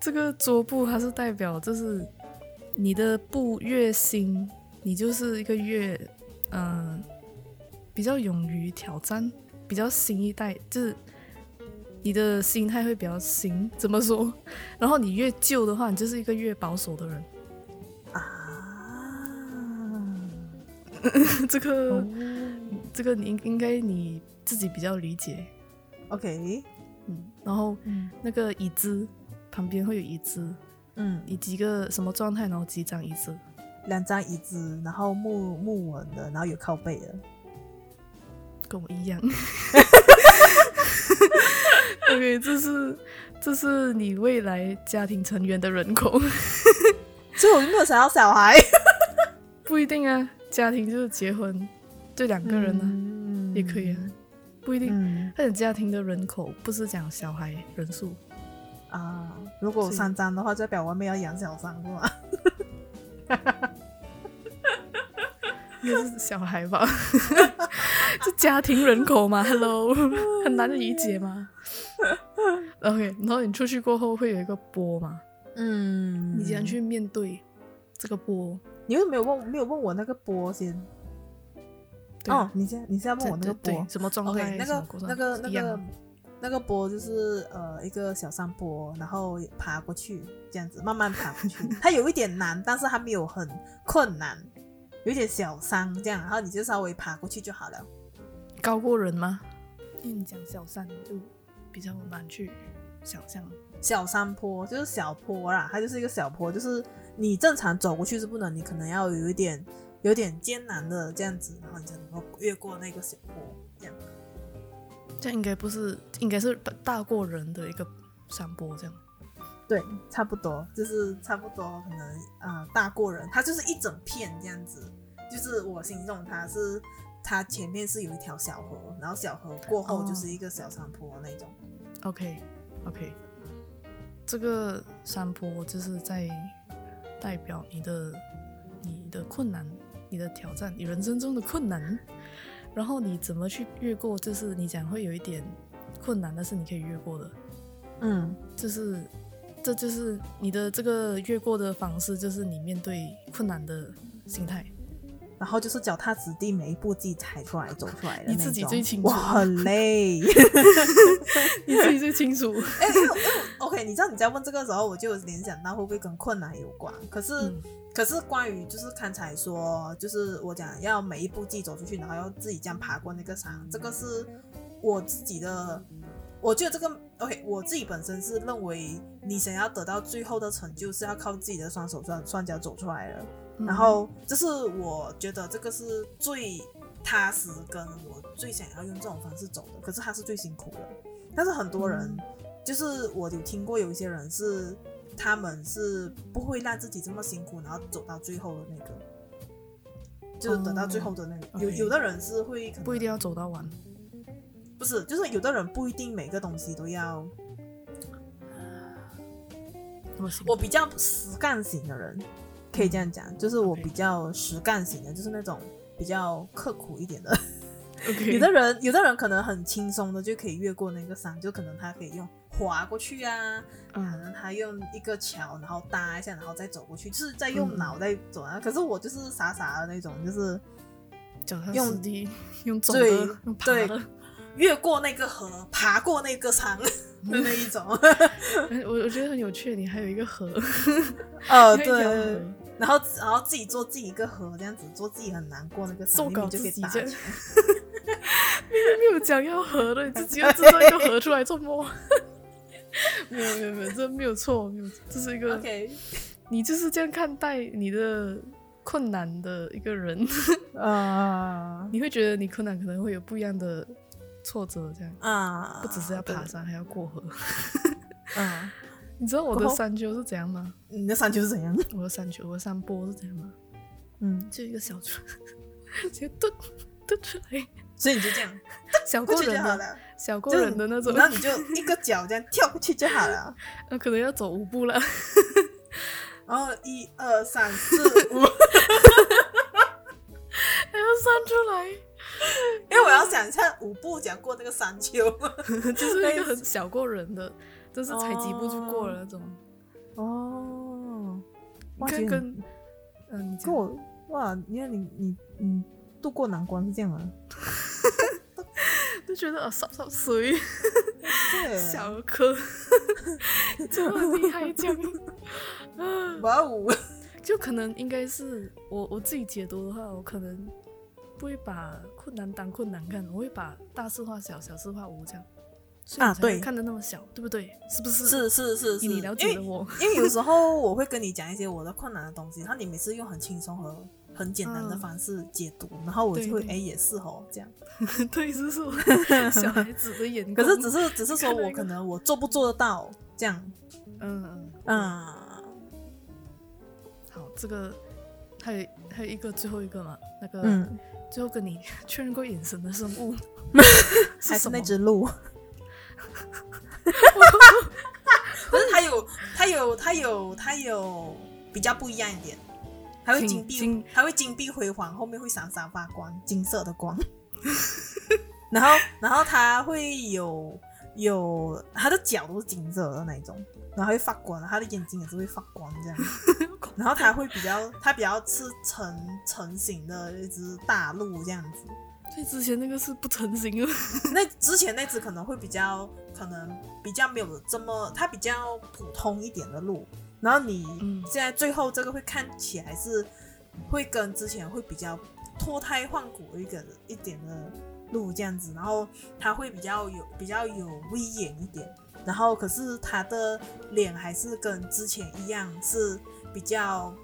Speaker 2: 这个桌布它是代表，就是你的布越新，你就是一个越嗯、呃比较勇于挑战，比较新一代，就是你的心态会比较新。怎么说？ 然后你越旧的话，你就是一个越保守的人。
Speaker 1: 啊，
Speaker 2: 这个、
Speaker 1: 哦
Speaker 2: 这个你应应该你自己比较理解，
Speaker 1: OK，
Speaker 2: 嗯，然后
Speaker 1: 嗯
Speaker 2: 那个椅子旁边会有椅子，
Speaker 1: 嗯，
Speaker 2: 你几个什么状态，然后几张椅子，
Speaker 1: 两张椅子，然后木木纹的，然后有靠背的。
Speaker 2: 跟我一样。OK，这是这是你未来家庭成员的人口，
Speaker 1: 所以我就没有想要小孩。
Speaker 2: 不一定啊，家庭就是结婚，就两个人呢、啊
Speaker 1: 呢
Speaker 2: 也可以啊，不一定。
Speaker 1: 嗯
Speaker 2: 但你家庭的人口不是讲小孩 人数，
Speaker 1: 啊，如果有
Speaker 2: 是
Speaker 1: 三张的话，就代表我妹要养小三是啊吗？
Speaker 2: 应该是小孩吧？ 是家庭人口嘛？Hello，很难理解嘛？OK，然后你出去过后会有一个波嘛？
Speaker 1: 嗯
Speaker 2: 你既然，去面对这个波，
Speaker 1: 你为什么没有问没有问我那个波先？
Speaker 2: 对啊
Speaker 1: 哦，你现在你现在问我那个
Speaker 2: 对对
Speaker 1: 波
Speaker 2: 对什么状态
Speaker 1: OK，那
Speaker 2: 什么
Speaker 1: 个
Speaker 2: 过程
Speaker 1: 那个
Speaker 2: 是
Speaker 1: 那
Speaker 2: 一样的
Speaker 1: 个那个波就是呃一个小山坡，然后爬过去这样子，慢慢爬过去。它有一点难，但是它没有很困难，有一点小伤这样，然后你就稍微爬过去就好了。
Speaker 2: 高过人吗？因为你讲小三就比较难去想象，
Speaker 1: 小山坡就是小坡啦，它就是一个小坡，就是你正常走过去是不能，你可能要有一点有点艰难的这样子，然后你才能够越过那个小坡这样。
Speaker 2: 这应该不是，应该是大过人的一个山坡这样。
Speaker 1: 对，差不多，就是差不多，可能呃大过人，它就是一整片这样子。就是我形容它是，它前面是有一条小河，然后小河过后
Speaker 2: 哦
Speaker 1: 就是一个小山坡那种。
Speaker 2: OK OK，这个山坡就是在代表你的你的困难、你的挑战、你人生中的困难，然后你怎么去越过，就是你讲会有一点困难，但是你可以越过的，
Speaker 1: 嗯
Speaker 2: 就是这就是你的这个越过的方式，就是你面对困难的心态。
Speaker 1: 然后就是脚踏实地，每一步自己踩出来、走出来的那种。
Speaker 2: 你自己最清楚
Speaker 1: 我很 累。
Speaker 2: 你自己最清楚。
Speaker 1: 哎、因为因为 OK，你知道你在问这个时候，我就有联想到会不会跟困难有关？可是，
Speaker 2: 嗯
Speaker 1: 可是关于就是刚才说，就是我讲要每一步自己走出去，然后要自己这样爬过那个山，这个是我自己的。我觉得这个 OK，我自己本身是认为你想要得到最后的成就是要靠自己的双手双双脚走出来了。然后
Speaker 2: 嗯
Speaker 1: 就是我觉得这个是最踏实，跟我最想要用这种方式走的。可是它是最辛苦的，但是很多人
Speaker 2: 嗯
Speaker 1: 就是我有听过有一些人是他们是不会让自己这么辛苦，然后走到最后的那个，就是等到最后的那个。
Speaker 2: 哦
Speaker 1: 有
Speaker 2: OK
Speaker 1: 有的人是会可能
Speaker 2: 不一定要走到完。
Speaker 1: 不是，就是有的人不一定每个东西都要
Speaker 2: 嗯那么辛苦
Speaker 1: 我比较实干型的人，可以这样讲，就是我
Speaker 2: 嗯 OK
Speaker 1: 比较实干型的，就是那种比较刻苦一点的。
Speaker 2: OK，
Speaker 1: 有的 人，有的人可能很轻松的就可以越过那个山，就可能他可以用滑过去啊，可
Speaker 2: 嗯
Speaker 1: 能他用一个桥，然后搭一下，然后再走过去，就是在用
Speaker 2: 嗯
Speaker 1: 脑袋走啊。可是我就是傻傻的那种，就是
Speaker 2: 脚踏
Speaker 1: 用
Speaker 2: 实 地，用走
Speaker 1: 对
Speaker 2: 的，用爬
Speaker 1: 对
Speaker 2: 的。
Speaker 1: 越过那个河，爬过那个 山的那一种。
Speaker 2: 哎 我我觉得很有趣，你还有一 个河，
Speaker 1: 呃，
Speaker 2: 还有一条
Speaker 1: 对
Speaker 2: 河，，
Speaker 1: 然后然后自己做自己一个河，这样子做自己很难过那个山，
Speaker 2: 做
Speaker 1: 明
Speaker 2: 搞
Speaker 1: 明就
Speaker 2: 自
Speaker 1: 可以
Speaker 2: 己
Speaker 1: 打
Speaker 2: 这
Speaker 1: 去
Speaker 2: 样。 没有讲要河的，你自己要制造一个河出来做么？ 没有没有没有，这没有错，没有，这是一个
Speaker 1: OK，
Speaker 2: 你就是这样看待你的困难的一个人，
Speaker 1: 呃
Speaker 2: 你会觉得你困难可能会有不一样的挫折，这样
Speaker 1: 啊，
Speaker 2: 不只是要爬山，还要过河。
Speaker 1: 对，嗯，
Speaker 2: 你知道我的
Speaker 1: 过后
Speaker 2: 山丘是怎样吗？
Speaker 1: 你的嗯山就是怎样？
Speaker 2: 我的山丘，我的山坡是怎样吗？
Speaker 1: 嗯，
Speaker 2: 就一个小村，直接蹲蹲出来，
Speaker 1: 所以你就这样
Speaker 2: 小
Speaker 1: 过
Speaker 2: 过
Speaker 1: 去就
Speaker 2: 人
Speaker 1: 好
Speaker 2: 的
Speaker 1: 了。
Speaker 2: 小过
Speaker 1: 就是
Speaker 2: 人的那种，
Speaker 1: 然后你就一个脚这样跳过去就好了。
Speaker 2: 那可能 要走五步了。
Speaker 1: 然后一二三 四五，
Speaker 2: 还要算 出
Speaker 1: 因为我要想一下五步讲过那个山丘。
Speaker 2: 来，就是一个很小过人的，就是踩几步就过了那种。
Speaker 1: 哦，
Speaker 2: 你看跟嗯、你讲
Speaker 1: 跟我哇，你看你你你度过难关是这样吗？
Speaker 2: 就觉得啊，少少水
Speaker 1: 对，
Speaker 2: 小 科，这啊么厉害这样，
Speaker 1: 哇哦，
Speaker 2: 就可能应该是我我自己解读的话，我可能不会把困难当困难看，我会把大事化小，小事化无这样。所以
Speaker 1: 啊
Speaker 2: 我才会
Speaker 1: 对
Speaker 2: 看得那么小，对不对？是不是？
Speaker 1: 是是是是，
Speaker 2: 以你了解
Speaker 1: 因为
Speaker 2: 的我，
Speaker 1: 因为 有时候我会跟你讲一些我的困难的东西，然后你每次用很轻松和很简单的
Speaker 2: 嗯
Speaker 1: 方式解读，然后我就会
Speaker 2: 对对
Speaker 1: 哎也是哦这样。
Speaker 2: 对，是不是我小孩子的眼
Speaker 1: 可
Speaker 2: 光？
Speaker 1: 是只是只是说
Speaker 2: 看到
Speaker 1: 我
Speaker 2: 一个
Speaker 1: 可能我做不做得到这样，
Speaker 2: 嗯嗯，
Speaker 1: 嗯
Speaker 2: 好，这个还有还有一个最后一个嘛，那个、
Speaker 1: 嗯，
Speaker 2: 最后跟你确认过眼神的生 物
Speaker 1: 还是
Speaker 2: 什么
Speaker 1: 那？只鹿。可是它有它有它有它有比较不一样一点，还会
Speaker 2: 金
Speaker 1: 金碧
Speaker 2: 金
Speaker 1: 还会金碧辉煌，后面会闪闪发光，金色的光。 然后然后它会有有它的脚都是金色的那一种，然后它会发光，它的眼睛也是会发光这样。然后它会比较它比较是成成型的一只大鹿这样子。
Speaker 2: 所以之前那个是不成形的，
Speaker 1: 那之前那只可能会比较，可能比较没有这么，它比较普通一点的路。然后你
Speaker 2: 嗯
Speaker 1: 现在最后这个会看起来是会跟之前会比较脱胎换骨一个一点的路这样子，然后它会比较有比较有威严一点，然后可是它的脸还是跟之前一样是比较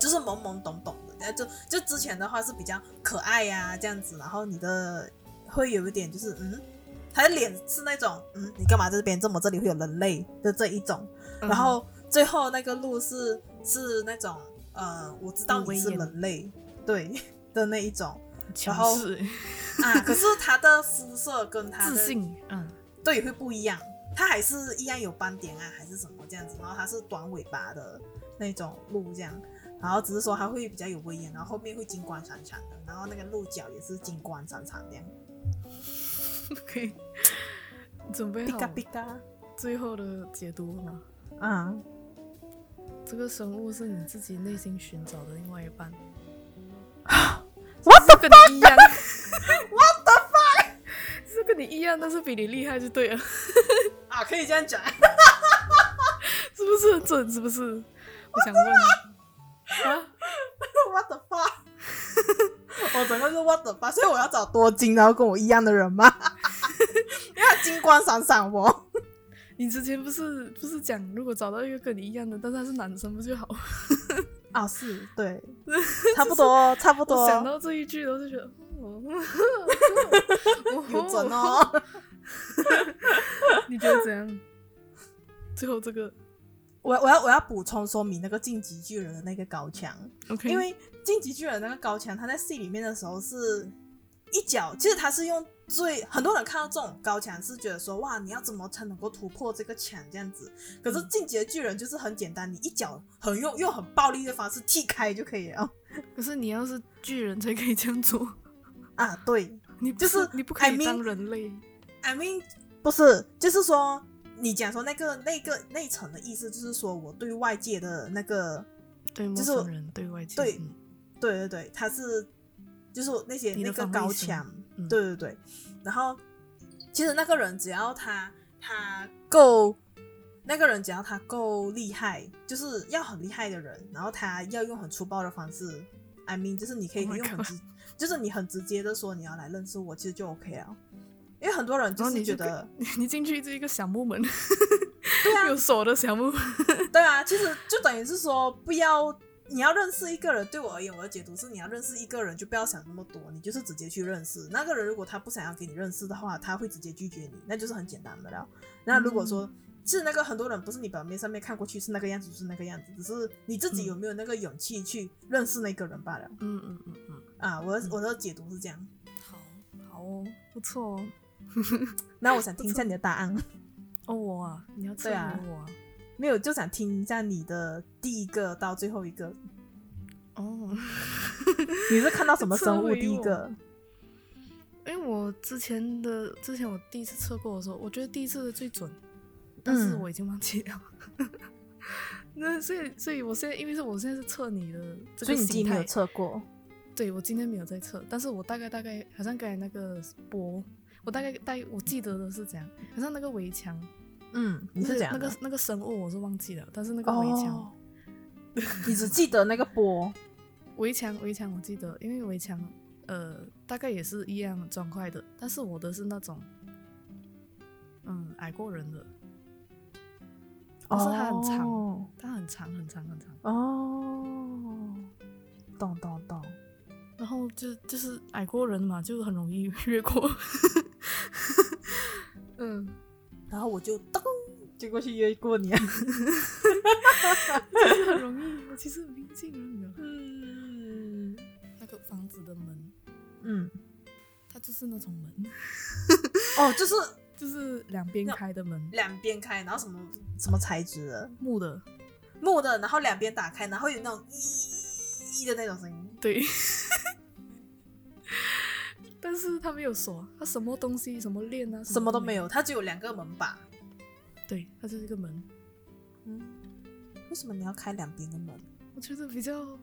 Speaker 1: 就是懵懵懂懂的，但就就之前的话是比较可爱呀、这样子，然后你的会有一点就是嗯，他的脸是那种嗯，你干嘛在这边？这么这里会有人类的这一种，
Speaker 2: 嗯
Speaker 1: 然后最后那个路是是那种呃，我知道
Speaker 2: 很威
Speaker 1: 你是
Speaker 2: 严
Speaker 1: 人类，对 的那一种
Speaker 2: 嗯
Speaker 1: 然后
Speaker 2: 强势
Speaker 1: 啊，可是他的肤色跟他的
Speaker 2: 自信，嗯，
Speaker 1: 对会不一样，它还是一样有斑点啊，还是什么这样子，然后它是短尾巴的那种鹿这样，然后只是说它会比较有威严，然后后面会金光闪闪的，然后那个鹿角也是金光闪闪这样，
Speaker 2: 可以准备
Speaker 1: 比
Speaker 2: 好
Speaker 1: 嘎比嘎，
Speaker 2: 最后的解读了吗？
Speaker 1: 啊，
Speaker 2: 这个生物是你自己内心寻找的另外一半。
Speaker 3: 我是跟你一样 ，What the fuck？是跟你一样，但是比你厉害就对了，
Speaker 1: 啊，可以这样讲，
Speaker 2: 是不是很准？是不是？我想问，啊
Speaker 1: what the fuck？我整个是 what the fuck，所以我要找多金，然后跟我一样的人吗？ 因为他金光闪闪我，
Speaker 2: 你之前不是不是讲，如果找到一个跟你一样的，但是他是男生不就好？
Speaker 1: 啊是对， 差不多差
Speaker 3: 啊
Speaker 1: 不
Speaker 2: 我
Speaker 1: 多，
Speaker 2: 想到这一句，我就觉得， 哦，
Speaker 1: 有准哦。
Speaker 2: 你觉得怎样？最后这个
Speaker 1: 我我要我要补充说明那个晋级巨人的那个高墙，
Speaker 2: OK，
Speaker 1: 因为晋级巨人那个高墙，他在戏里面的时候是一脚，其实他是用最很多人看到这种高墙是觉得说哇，你要怎么才能够突破这个墙这样子？可是晋级的巨人就是很简单，你一脚很用用很暴力的方式踢开就可以了
Speaker 2: 可是你要是巨人才可以这样做，
Speaker 1: 啊。对
Speaker 2: 你不
Speaker 1: 就是
Speaker 2: 你不可
Speaker 1: I
Speaker 2: 以
Speaker 1: mean-
Speaker 2: 当人类。
Speaker 1: ，I mean 不是，就是说你讲说那个那个那一层的意思，就是说我对外界的那个
Speaker 2: 对陌
Speaker 1: 就是
Speaker 2: 生人，对外界，
Speaker 1: 对
Speaker 2: 嗯
Speaker 1: 对对对，它是就是那些
Speaker 2: 你的
Speaker 1: 那个
Speaker 2: 防卫
Speaker 1: 高
Speaker 2: 神
Speaker 1: 墙，
Speaker 2: 嗯
Speaker 1: 对对对。然后其实那个人只要他他够，那个人只要他够厉害，就是要很厉害的人，然后他要用很粗暴的方式，I mean 就是你可以
Speaker 2: Oh my
Speaker 1: 用很
Speaker 2: God
Speaker 1: 直， 就是你很直接的说你要来认识我，其实就 OK 了。因为很多人
Speaker 2: 然
Speaker 1: 就
Speaker 2: 后
Speaker 1: 是
Speaker 2: 你
Speaker 1: 觉
Speaker 2: 就可以
Speaker 1: 得，
Speaker 2: 你进去这一个小木门，
Speaker 1: 对啊，
Speaker 2: 有锁的小木门，
Speaker 1: 对啊，其实就等于是说，不要你要认识一个人，对我而言，我的解读是，你要认识一个人就不要想那么多，你就是直接去认识那个人。如果他不想要给你认识的话，他会直接拒绝你，那就是很简单的了。那如果
Speaker 2: 嗯
Speaker 1: 说、是那个很多人不是你表面上面看过去是那个样子，就是那个样子，只是你自己有没有那个勇气去认识那个人罢了。
Speaker 2: 嗯嗯嗯嗯，
Speaker 1: 啊，我的我的解读是这样。
Speaker 2: 好，好哦，不错哦。
Speaker 1: 那我想听一下你的答案，
Speaker 2: 哦，我啊，你要测
Speaker 1: 对啊
Speaker 2: 我啊，
Speaker 1: 没有就想听一下你的第一个到最后一 个，
Speaker 2: 哦。
Speaker 1: 你是看到什么生
Speaker 2: 这
Speaker 1: 物
Speaker 2: 么有
Speaker 1: 第一个？
Speaker 2: 因为我之前的之前我第一次测过的时候，我觉得第一次的最准，但是我已经忘记了。 那所以所以我现在因为是我现在是测你的这
Speaker 1: 所以
Speaker 2: 个
Speaker 1: 你今
Speaker 2: 心
Speaker 1: 天没有
Speaker 2: 态，
Speaker 1: 测过？
Speaker 2: 对我今天没有在测，但是我大概大概好像刚才那个波，我大概大概我记得的是怎样，好像那个围墙，
Speaker 1: 嗯，你
Speaker 2: 那
Speaker 1: 是
Speaker 2: 个
Speaker 1: 怎样
Speaker 2: 那
Speaker 1: 的？
Speaker 2: 个那个生物我是忘记了，但是那个围墙、
Speaker 1: 哦， 你只记得那个波
Speaker 2: 围墙围墙我记得，因为围墙呃，大概也是一样砖块的，但是我的是那种，嗯，矮过人的，但是它很长
Speaker 1: 哦
Speaker 2: 它很长很长很长，
Speaker 1: 哦，懂懂懂，
Speaker 2: 然后就就是矮过人嘛，就很容易 越过。嗯，
Speaker 1: 然后我就噔就过去约过你啊。
Speaker 2: 就是很容易，我其实很平静啊人的。
Speaker 1: 嗯
Speaker 2: 那个房子的门，
Speaker 1: 嗯，
Speaker 2: 它就是那种门，
Speaker 1: 哦，就是
Speaker 2: 就是两边开的门，
Speaker 1: 两边开，然后什么什么材质的，
Speaker 2: 木的。
Speaker 1: 木的，然后两边打开，然后有那种咦的那种声音。
Speaker 2: 对。 但是他没有锁，他什么东西、什么链啊，
Speaker 1: 什么都没
Speaker 2: 有。
Speaker 1: 有，它只有两个门把。
Speaker 2: 对，它就是一个门。
Speaker 1: 嗯，为什么你要开两边的门？
Speaker 2: 我觉得比较，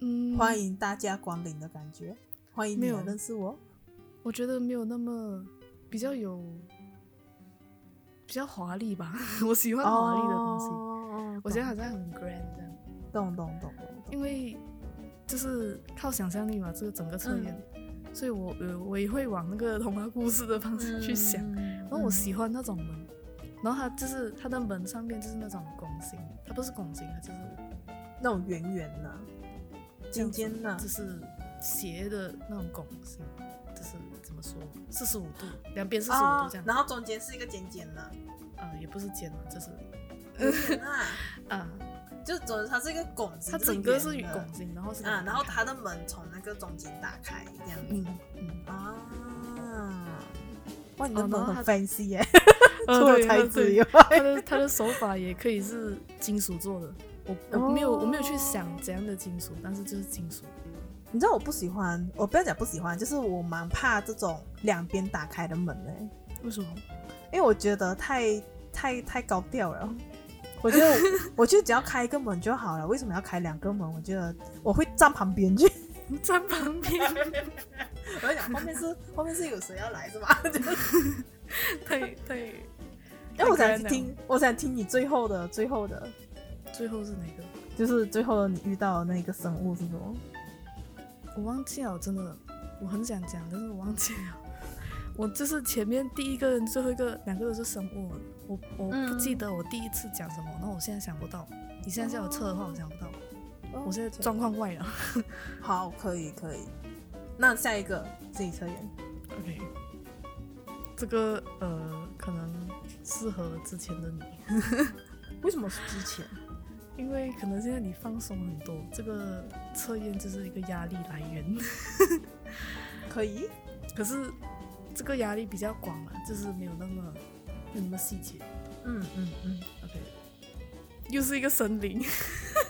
Speaker 2: 嗯，
Speaker 1: 欢迎大家光临的感觉，欢迎
Speaker 2: 没
Speaker 1: 你
Speaker 2: 有
Speaker 1: 来认识我。
Speaker 2: 我觉得没有那么比较有比较华丽吧， 我喜欢华丽的东西，
Speaker 1: 哦
Speaker 2: 我觉得好像很 grand 这样，
Speaker 1: 懂懂懂懂懂。
Speaker 2: 因为就是靠想象力嘛，这个整个测验，
Speaker 1: 嗯
Speaker 2: 所以我呃我也会往那个童话故事的方式去想，
Speaker 1: 然
Speaker 2: 然后我喜欢那种门，然后它就是它的门上面就是那种拱形，它不是拱形，它就是
Speaker 1: 嗯那种圆圆的、尖尖的
Speaker 2: 就，是斜的那种拱形，就是怎么说，四十五度，两边四十五
Speaker 1: 哦
Speaker 2: 度这样，
Speaker 1: 然后中间是一个尖尖的，
Speaker 2: 呃，也不是尖嘛，就是
Speaker 1: 圆圆啊，
Speaker 2: 啊，
Speaker 1: 就总之它是一个拱形，
Speaker 2: 它整个
Speaker 1: 就是圆的
Speaker 2: 拱形，然后是
Speaker 1: 啊，然后它的门从那个中间打开，这样子
Speaker 2: 嗯 嗯，
Speaker 1: 啊。哇，你
Speaker 2: 哦
Speaker 1: 的
Speaker 2: 然
Speaker 1: 门
Speaker 2: 后它
Speaker 1: 很 fancy 耶，
Speaker 2: 呃
Speaker 1: 除了
Speaker 2: 对
Speaker 1: 材
Speaker 2: 它
Speaker 1: 质
Speaker 2: 对
Speaker 1: 以外，
Speaker 2: 它的它的手法也可以是金属做的，我我没有我没有去
Speaker 1: 哦
Speaker 2: 想怎样的金属，但是就是金属，
Speaker 1: 你知道我不喜欢，我不要讲不喜欢，就是我蛮怕这种两边打开的欸门诶、
Speaker 2: 为什么？
Speaker 1: 因为我觉得太太太高调了。我觉 得我就只要开一个门就好了，为什么要开两个门？我觉得我会站旁边去，
Speaker 2: 站旁边
Speaker 1: 我会讲后面是后面是有谁要来是 吧？
Speaker 2: 太太，
Speaker 1: 因为我想
Speaker 2: 太 grand 了
Speaker 1: 听，我想听你最后的最后的，
Speaker 2: 最后是哪个？
Speaker 1: 就是最后你遇到的那个生物是什么？
Speaker 2: 我忘记了，真的，我很想讲，但是我忘记了。 我就是前面第一个人、最后一个两个都是生物，我我不记得我第一次讲什么，然后我现在想不到。你现在叫我测的话，我想不到，
Speaker 1: 哦嗯
Speaker 2: 我现在状况外了。
Speaker 1: 好，可以可以。那下一个自己测验，
Speaker 2: OK，这个呃，可能适合之前的你，
Speaker 1: 为什么是之前？
Speaker 2: 因为可能现在你放松很多，这个测验就是一个压力来源。
Speaker 1: 可以
Speaker 2: 可是这个压力比较广嘛，就是没有那么没有那么细节。
Speaker 1: 嗯嗯嗯，
Speaker 2: OK，又是一个森林，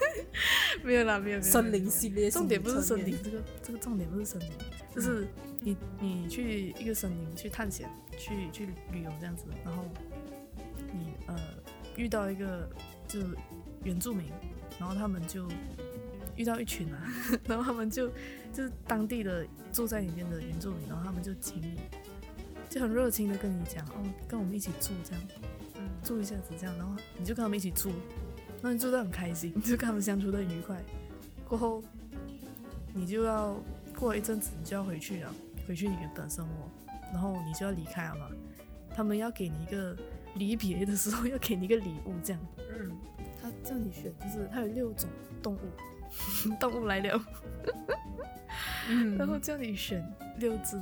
Speaker 2: 没有啦，没有没有没有
Speaker 1: 森
Speaker 2: 没
Speaker 1: 林
Speaker 2: 有
Speaker 1: 系列，
Speaker 2: 重点不是森林
Speaker 1: 心，理测
Speaker 2: 这个这个重点不是森林，就是你你去一个森林去探险，去去旅游这样子，然后你呃遇到一个就原住民，然后他们就遇到一群啊， 然后他们就就是当地的住在里面的原住民，然后他们就请你，就很热情的跟你讲哦，跟我们一起住这样，
Speaker 1: 验
Speaker 2: 住一下子这样，然后你就跟他们一起住，然后你住得很开心， 就跟他们相处得很愉快。过后，你就要过一阵子，你就要回去了，回去你原本的生活，然后你就要离开了嘛。他们要给你一个离别的时候，要给你一个礼物，这样。
Speaker 1: 嗯
Speaker 2: 他叫你选，就是他有六种动物， 动物来了，
Speaker 1: 嗯
Speaker 2: 然后叫你选六只，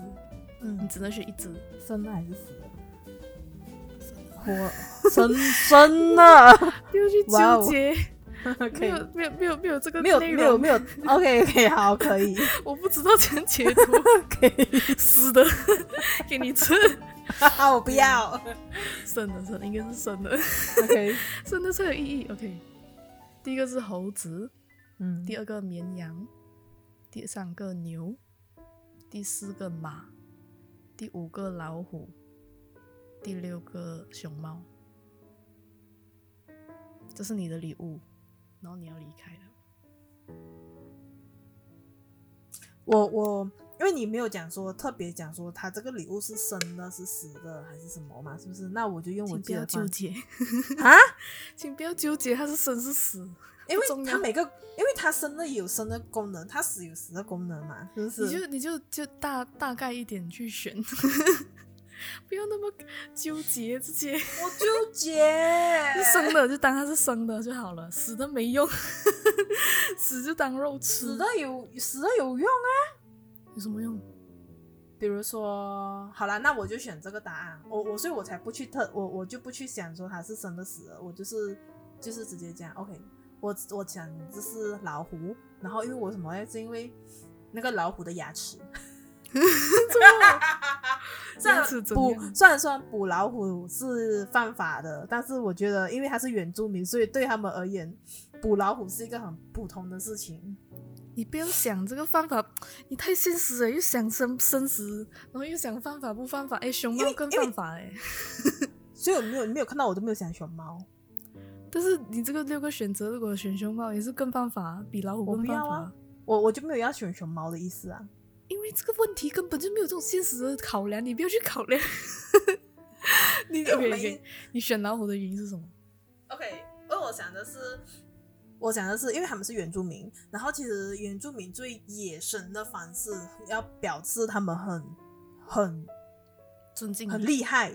Speaker 2: 你
Speaker 1: 嗯，
Speaker 2: 只能选一只。
Speaker 1: 生的还是死的？活生生啊的，
Speaker 2: 不要去
Speaker 1: 哇哦
Speaker 2: 纠结，
Speaker 1: 可
Speaker 2: 没
Speaker 1: 以
Speaker 2: 有没有没有没有这个
Speaker 1: 没有
Speaker 2: 内
Speaker 1: 没
Speaker 2: 容
Speaker 1: 有没有，OK OK，好，可以
Speaker 2: 我不知道怎样解读，
Speaker 1: 可以，
Speaker 2: 死的 给你吃，
Speaker 1: 好，我不要
Speaker 2: 生的生的应该是生的，
Speaker 1: ，OK，
Speaker 2: 生的才有意义。OK，第一个是猴子，
Speaker 1: 嗯，
Speaker 2: 第二个绵羊，第三个牛，第四个马，第五个老虎，第六个熊猫。这是你的礼物，然后你要离开了。
Speaker 1: 我我。因为你没有讲说特别讲说它这个礼物是生的、是死的还是什么嘛，是不是？那我就用我
Speaker 2: 请
Speaker 1: 自
Speaker 2: 不
Speaker 1: 己
Speaker 2: 要
Speaker 1: 的方
Speaker 2: 纠结，
Speaker 1: 啊，
Speaker 2: 请不要纠结，它是生是死。
Speaker 1: 因为
Speaker 2: 不重要
Speaker 1: 它每个，因为它生的有生的功能，它死有死的功能嘛，是不
Speaker 2: 你
Speaker 1: 是？
Speaker 2: 就你就就大大概一点去选， 不要那么纠结这些。
Speaker 1: 我纠结，
Speaker 2: 生的就当它是生的就好了，死的没用， 死就当肉吃，
Speaker 1: 死的有死的有用啊。
Speaker 2: 有什么用？
Speaker 1: 比如说，好啦，那我就选这个答案，
Speaker 2: 嗯
Speaker 1: 我我所以我才不去特我我就不去想说它是生的死的，我就是就是直接讲 OK，我我想这是老虎，然后因为我为什么要是因为那个老虎的牙 齿。虽然
Speaker 2: 牙齿怎
Speaker 1: 捕
Speaker 2: 样
Speaker 1: 虽然说捕老虎是犯法的，但是我觉得因为他是原住民，所以对他们而言，捕老虎是一个很普通的事情。
Speaker 2: 你不要想这个犯法，你太现实了，又想生生死，然后又想犯法不犯法，哎，熊
Speaker 1: 因
Speaker 2: 猫
Speaker 1: 为
Speaker 2: 更
Speaker 1: 因为
Speaker 2: 犯法哎。
Speaker 1: 所以我没有你没有看到，我都没有想熊猫，
Speaker 2: 但是你这个六个选择，如果选熊猫也是更犯法，比老虎
Speaker 1: 我
Speaker 2: 更
Speaker 1: 不
Speaker 2: 犯
Speaker 1: 要
Speaker 2: 法，
Speaker 1: 啊我我就没有要选熊猫的意思啊。
Speaker 2: 因为这个问题根本就没有这种现实的考量，你不要去考量。 你
Speaker 1: 因为我
Speaker 2: OK
Speaker 1: 们
Speaker 2: OK，你选老虎的原因是什么？
Speaker 1: OK，因为我想的是，我想的是，因为他们是原住民，然后其实原住民最野生的方式要表示他们很很
Speaker 2: 尊敬
Speaker 1: 很厉害，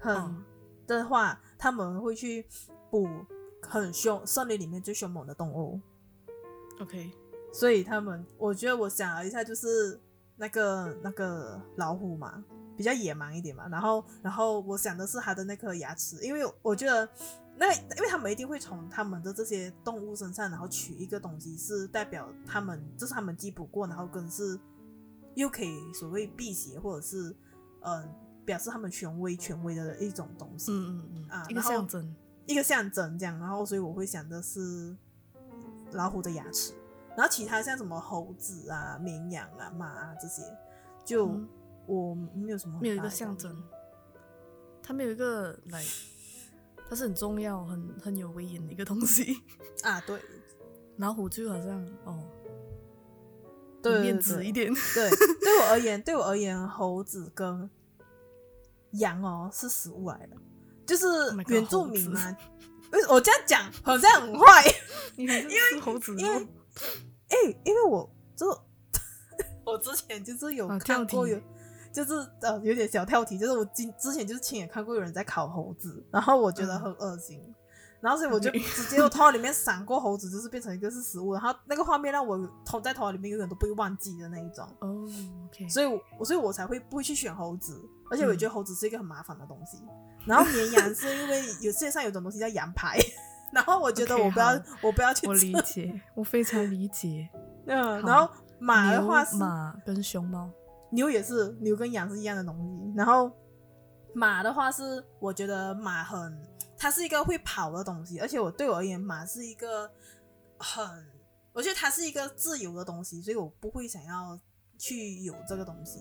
Speaker 1: 很、
Speaker 2: 嗯
Speaker 1: 的话，他们会去捕很凶森林里面最凶猛的动物，
Speaker 2: OK，
Speaker 1: 所以他们，我觉得我想了一下，就是那个那个老虎嘛，比较野蛮一点嘛。然后，然后我想的是它的那颗牙齿，因为我觉得那，因为他们一定会从他们的这些动物身上，然后取一个东西，是代表他们，这是他们缉捕过，然后跟是又可以所谓辟邪，或者是嗯、呃表示他们权威权威的一种东西。
Speaker 2: 嗯嗯嗯，
Speaker 1: 啊
Speaker 2: 一个
Speaker 1: 然后
Speaker 2: 象征。
Speaker 1: 一个象征这样，然后所以我会想的是老虎的牙齿，然后其他像什么猴子啊、绵羊啊、马啊这些，就、
Speaker 2: 嗯
Speaker 1: 我没有什么很
Speaker 2: 没有一
Speaker 1: 哦大
Speaker 2: 个
Speaker 1: 的
Speaker 2: 象
Speaker 1: 感
Speaker 2: 征
Speaker 1: 觉，
Speaker 2: 它没有一个来，它是很重要、很很有威严的一个东西。
Speaker 1: 啊，对
Speaker 2: 老虎就好像哦，
Speaker 1: 对
Speaker 2: 面子一，点，
Speaker 1: 对对对对我而 言，对我而言，猴子跟羊哦是食物来的，就是
Speaker 2: Oh my god，
Speaker 1: 原住民
Speaker 2: 猴
Speaker 1: 嘛。 为什我这样讲好像很坏，
Speaker 2: 你还是吃猴子
Speaker 1: 因为
Speaker 2: 肉
Speaker 1: 哎、因为我就 我之前就是有
Speaker 2: 啊
Speaker 1: 看过
Speaker 2: 跳题
Speaker 1: 有，就是呃有点小跳题，就是我今之前就是亲眼看过有人在烤猴子，然后我觉
Speaker 2: 嗯
Speaker 1: 得很恶心，然后所以我就直接我头脑里面闪过猴子，就是变成一个是食物，然后那个画面让我头在头脑里面永远都不会忘记的那一种，
Speaker 2: 哦，OK，
Speaker 1: 所以我所以我才会不会去选猴子，而且我也
Speaker 2: 嗯
Speaker 1: 觉得猴子是一个很麻烦的东西，然后绵羊是因 为有世界上有种东西叫羊排， 然后我觉得
Speaker 2: OK，
Speaker 1: 我不要
Speaker 2: 好
Speaker 1: 我不要去
Speaker 2: 我
Speaker 1: 吃
Speaker 2: 理，解，我非常理解。
Speaker 1: 嗯，
Speaker 2: 好
Speaker 1: 然后。马的
Speaker 2: 牛
Speaker 1: 话是
Speaker 2: 马跟熊猫，
Speaker 1: 牛也是牛跟羊是一样的东西。然后马的话是，我觉得马很，它是一个会跑的东西，而且我对我而言，马是一个很，我觉得它是一个自由的东西，所以我不会想要去有这个东西，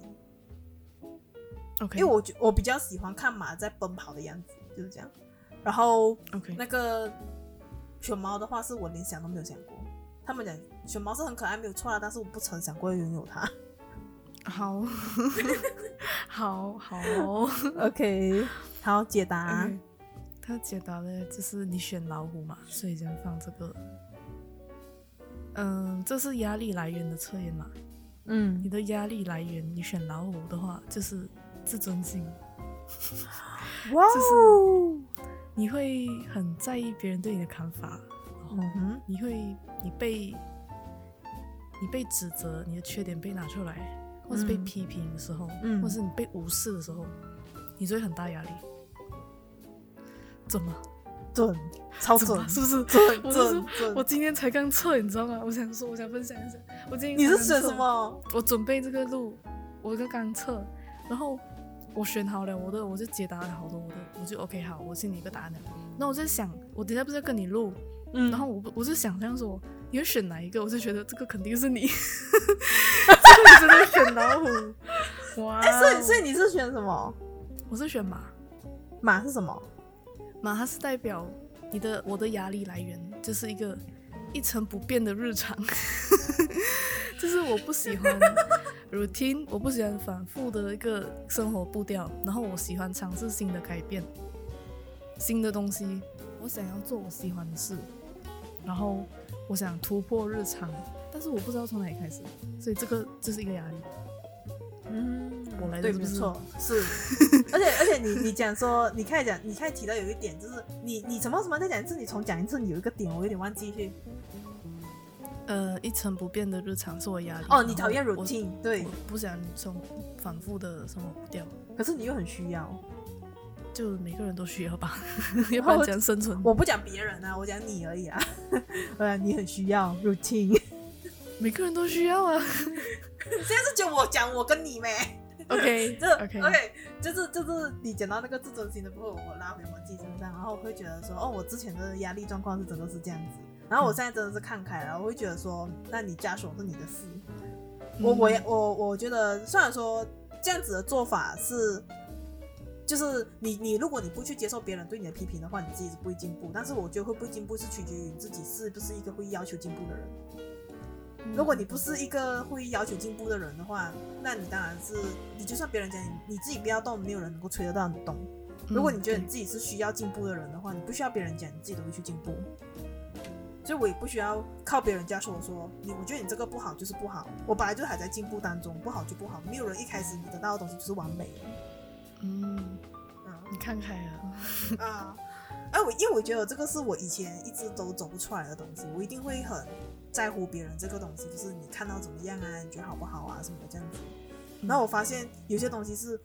Speaker 2: OK，
Speaker 1: 因为我觉我比较喜欢看马在奔跑的样子，就是这样。然后
Speaker 2: OK，
Speaker 1: 那个熊猫的话，是我连想都没有想过。他们讲熊猫是很可爱，没有错啦，但是我不曾想过拥有 它。
Speaker 2: 好，好好哦
Speaker 1: OK，好，解答。
Speaker 2: OK，他解答了，就是你选老虎嘛，所以就放这个。嗯，这是压力来源的测验嘛？
Speaker 1: 嗯
Speaker 2: 你的压力来源，你选老虎的话，就是自尊心，
Speaker 1: 哇哦，
Speaker 2: 你会很在意别人对你的看法，然后
Speaker 1: 嗯哼，
Speaker 2: 你会你被你被指责，你的缺点被拿出来，或是被
Speaker 1: 嗯
Speaker 2: 批评的时候，
Speaker 1: 嗯
Speaker 2: 或是你被无视的时候，你就会很大压力。怎么？
Speaker 1: 准，超
Speaker 2: 怎么？
Speaker 1: 准，
Speaker 2: 是不是？
Speaker 1: 准
Speaker 2: 我就
Speaker 1: 准
Speaker 2: 说我
Speaker 1: 准。
Speaker 2: 今天才刚测，你知道吗？我想说，我想分享一下，我今天
Speaker 1: 你是
Speaker 2: 才刚
Speaker 1: 选
Speaker 2: 测
Speaker 1: 什？么？
Speaker 2: 我准备这个路，我刚刚测，然后我选好了我的，我就解答了好多我的，我就 OK 好，我信你一个答案了。那我在想，我等一下不是要跟你录，
Speaker 1: 嗯
Speaker 2: 然后我不我就想象说你会选哪一个，我就觉得这个肯定 是你，
Speaker 1: 真的选老虎。
Speaker 2: 哇、哦
Speaker 1: 哎，所以所以你是选什么？
Speaker 2: 我是选马，
Speaker 1: 马是什么？
Speaker 2: 马它是代表你的我的压力来源，就是一个一成不变的日常， 就是我不喜欢 routine，我不喜欢反复的一个生活步调，然后我喜欢尝试新的改变，新的东西，我想要做我喜欢的事，然后我想突破日常，但是我不知道从哪里开始，所以这个就是一个压力。
Speaker 1: 嗯，
Speaker 2: 我来的
Speaker 1: 对，
Speaker 2: 是
Speaker 1: 没
Speaker 2: 不是
Speaker 1: 错，是。而且而且你你讲说，你开始讲，你开始提到有一点，就是你你什么什么再讲一次，你重讲一次，你有一个点我有点忘记去。
Speaker 2: 呃，一成不变的日常是我压力。
Speaker 1: 哦，你讨厌
Speaker 2: 嗯然后我
Speaker 1: routine，对
Speaker 2: 我，不想生反复的生活步调，
Speaker 1: 可是你又很需要。
Speaker 2: 就每个人都需要吧，要不然怎样生存？
Speaker 1: 我不讲别人啊，我讲你而已啊。 呃，你很需要 routine。
Speaker 2: 每个人都需要啊。
Speaker 1: 现在是就我讲我跟你呗，
Speaker 2: OK
Speaker 1: 这
Speaker 2: OK
Speaker 1: OK，就是就是你讲到那个自尊心的部分，我拉回我自己身上，然后我会觉得说，哦，我之前的压力状况是真的是这样子，然后我现在真的是看开了，我会觉得说，那你家属是你的事，
Speaker 2: 嗯
Speaker 1: 我我也我我觉得，虽然说这样子的做法是，就是你你如果你不去接受别人对你的批评的话，你自己是不会进步。但是我觉得会不会进步是取决于你自己是不是一个会要求进步的人。如果你不是一个会要求进步的人的话，那你当然是你就算别人讲你，你自己不要动，没有人能够吹得到你动。
Speaker 2: 嗯
Speaker 1: 如果你觉得你自己是需要进步的人的话，你不需要别人讲，你自己都会去进步。所以我也不需要靠别人家说我说你，我觉得你这个不好就是不好，我本来就还在进步当中，不好就不好，没有人一开始你得到的东西就是完美的。
Speaker 2: 嗯，
Speaker 1: 嗯
Speaker 2: 你看开了，
Speaker 1: 啊，哎、我因为我觉得这个是我以前一直都走不出来的东西，我一定会很在乎别人这个东西，就是你看到怎么样啊，你觉得好不好啊什么的这样子。然后我发现有些东西是，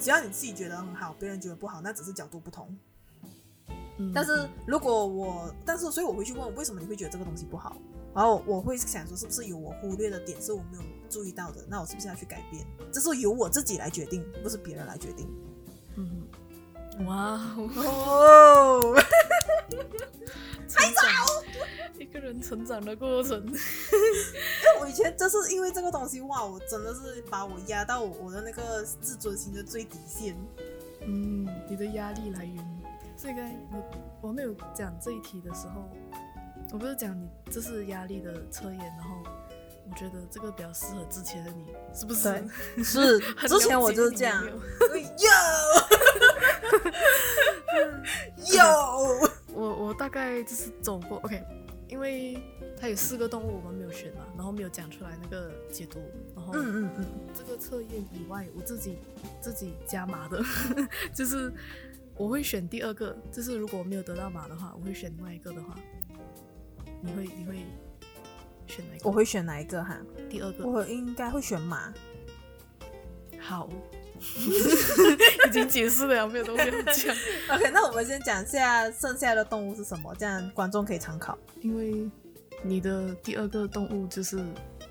Speaker 1: 只要你自己觉得很好，别人觉得不好，那只是角度不同。
Speaker 2: 嗯，
Speaker 1: 但是如果我，但是所以我会去问为什么你会觉得这个东西不好，然后我会想说是不是有我忽略的点是我没有注意到的，那我是不是要去改变？这是由我自己来决定，不是别人来决定。
Speaker 2: 嗯，哇 哦，
Speaker 1: 哦，
Speaker 2: 太早，一个人成长的过程，
Speaker 1: 我以前就是因为这个东西，哇，我真的是把我压到我的那个自尊心的最底线。
Speaker 2: 嗯，你的压力来源。所以刚才我我没有讲这一题的时候，我不是讲你这是压力的测验，然后我觉得这个比较适合之前的你，是不是？
Speaker 1: 对 是
Speaker 2: 很
Speaker 1: 之前我就是
Speaker 2: 了
Speaker 1: 这
Speaker 2: 解
Speaker 1: 样
Speaker 2: 你，有没 有
Speaker 1: 有嗯有，
Speaker 2: 我我大概就是走过 OK，因为它有四个动物我们没有选嘛，然后没有讲出来那个解读，然后
Speaker 1: 嗯嗯嗯，
Speaker 2: 这个测验以外，我自己自己加码的， 就是我会选第二个，就是如果我没有得到码的话，我会选另外一个的话，你会你会选哪一个？
Speaker 1: 我会选哪一个哈？
Speaker 2: 第二个。
Speaker 1: 我应该会选马。
Speaker 2: 好，已经解释了，没有东西要讲。
Speaker 1: OK，那我们先讲一下剩下的动物是什么，这样观众可以参考。
Speaker 2: 因为你的第二个动物就是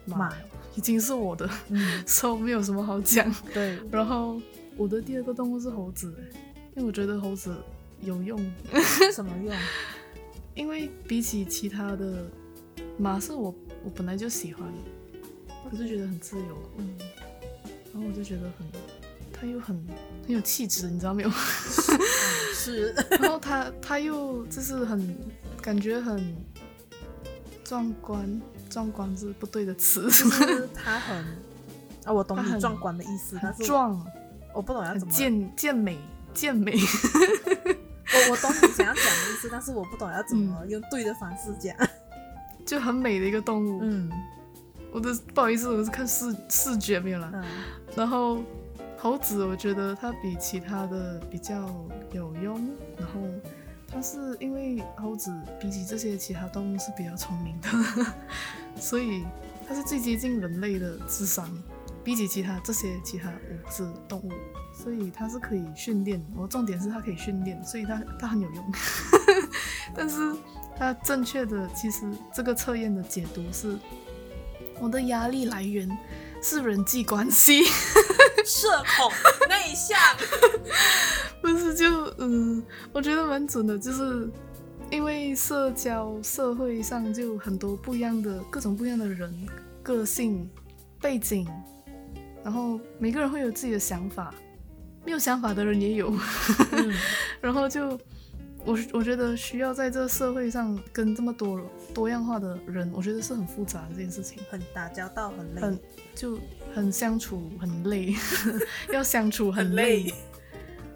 Speaker 2: 马
Speaker 1: 马，
Speaker 2: 已经是我的，
Speaker 1: 嗯，
Speaker 2: 所以没有什么好讲。
Speaker 1: 对，
Speaker 2: 然后我的第二个动物是猴子，因为我觉得猴子有用，
Speaker 1: 什么用？
Speaker 2: 因为比起其他的马是我我本来就喜欢，我就觉得很自由，
Speaker 1: 嗯，
Speaker 2: 然后我就觉得很，它又很很有气质，你知道没有？
Speaker 1: 是，
Speaker 2: 然后它它又就是很感觉很壮观，壮观是不对的词，
Speaker 1: 就 是它 很啊，我懂
Speaker 2: 它
Speaker 1: 你
Speaker 2: 很
Speaker 1: 壮观的意思，但是我
Speaker 2: 壮，
Speaker 1: 我不懂要
Speaker 2: 很
Speaker 1: 怎么，
Speaker 2: 健健美健美。
Speaker 1: 我我懂你想要讲的意思，但是我不懂要怎
Speaker 2: 嗯
Speaker 1: 么用对的方式讲。
Speaker 2: 就很美的一个动物，
Speaker 1: 嗯
Speaker 2: 我的不好意思，我是看视视觉没有啦。
Speaker 1: 嗯
Speaker 2: 然后猴子，我觉得它比其他的比较有用。然后它是因为猴子比起这些其他动物是比较聪明的， 所以它是最接近人类的智商。比起其他这些其他五只动物，所以它是可以训练。我重点是它可以训练，所以它它很有用。 但是它正确的其实这个测验的解读是，我的压力来源是人际关系。
Speaker 1: 社恐、内向，
Speaker 2: 不是就嗯，我觉得蛮准的，就是因为社交社会上就很多不一样的各种不一样的人、个性、背景，然后每个人会有自己的想法，没有想法的人也有， 嗯然后就我我觉得需要在这社会上跟这么多多样化的人，我觉得是很复杂的这件事情。
Speaker 1: 很打交道，很累，
Speaker 2: 很就很相处很累， 要相处很累，
Speaker 1: 累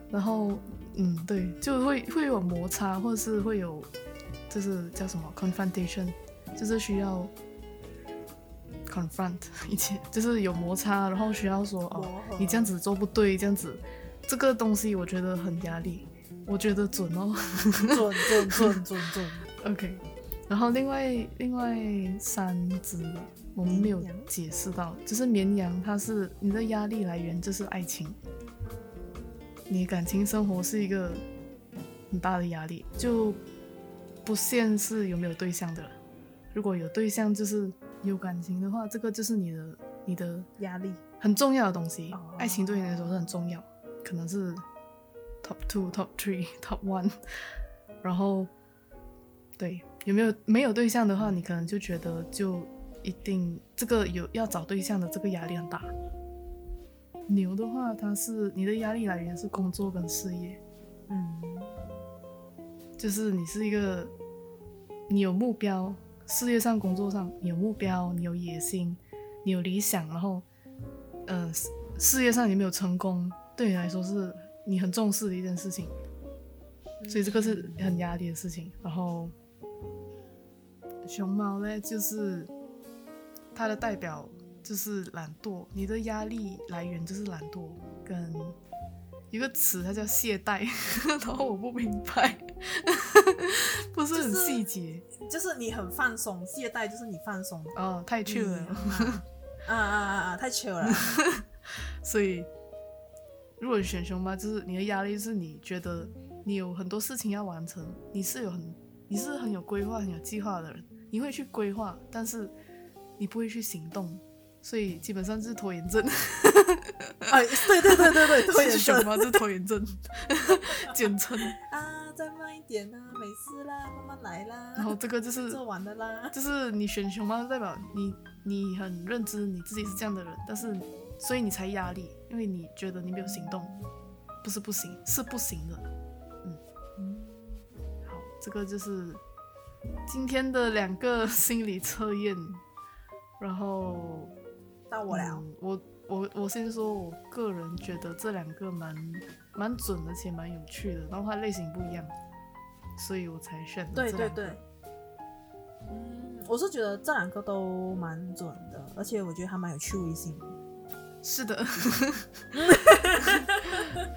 Speaker 2: 然后嗯，对，就会会有摩擦，或者是会有这就是叫什么 confrontation，就是需要 confront 一切， 就是有摩擦，然后需要说哦
Speaker 1: 磨合，
Speaker 2: 你这样子做不对，这样子，这个东西我觉得很压力，我觉得准哦。
Speaker 1: 准准准准准，
Speaker 2: OK，然后另外另外三只我们没有
Speaker 1: 绵羊
Speaker 2: 解释到，就是绵羊，它是你的压力来源就是爱情，你感情生活是一个很大的压力，就不限是有没有对象的了。如果有对象，就是有感情的话，这个就是你的你的
Speaker 1: 压力
Speaker 2: 很重要的东西
Speaker 1: 哦，
Speaker 2: 爱情对你来说是很重要，可能是 top two、top three、top one，然后对有没有没有对象的话，你可能就觉得就一定这个有要找对象的这个压力很大。牛的话，它是你的压力来源是工作跟事业，
Speaker 1: 嗯，
Speaker 2: 就是你是一个你有目标，事业上、工作上你有目标，你有野心，你有理想，然后，呃，事事业上你没有成功，对你来说是你很重视的一件事情， 所以这个是很压力的事情。然后，熊猫呢，就是它的代表就是懒惰，你的压力来源就是懒惰跟。一个词，它叫懈怠， 然后我不明白， 不是很
Speaker 1: 就是
Speaker 2: 细节、
Speaker 1: 嗯就是你很放松，懈怠就是你放松，
Speaker 2: 哦，太 chill 了。
Speaker 1: 啊啊啊啊啊，太糗了，
Speaker 2: 所以，如果你选熊猫，就是你的压力是你觉得你有很多事情要完成，你是有很你是很有规划、很有计划的人，你会去规划，但是你不会去行动，所以基本上是拖延症。
Speaker 1: 哎，对对对对对，拖延
Speaker 2: 熊
Speaker 1: 症
Speaker 2: 猫是拖延症， 简称。
Speaker 1: 啊，再慢一点啊，没事啦，慢慢来啦，
Speaker 2: 然后这个就 是
Speaker 1: 做完的啦，
Speaker 2: 就是你选熊猫，代表你你很认知你自己是这样的人，但是所以你才压力，因为你觉得你没有行动，不是不行，是不行的。嗯，好，这个就是今天的两个心理测验，然后
Speaker 1: 到我哦了，
Speaker 2: 嗯我我我先说，我个人觉得这两个蛮蛮准的，且蛮有趣的，然后它类型不一样，所以我才选了
Speaker 1: 对
Speaker 2: 这
Speaker 1: 对
Speaker 2: 两个
Speaker 1: 对，嗯，我是觉得这两个都蛮准的，而且我觉得还蛮有趣味性的。
Speaker 2: 是 的。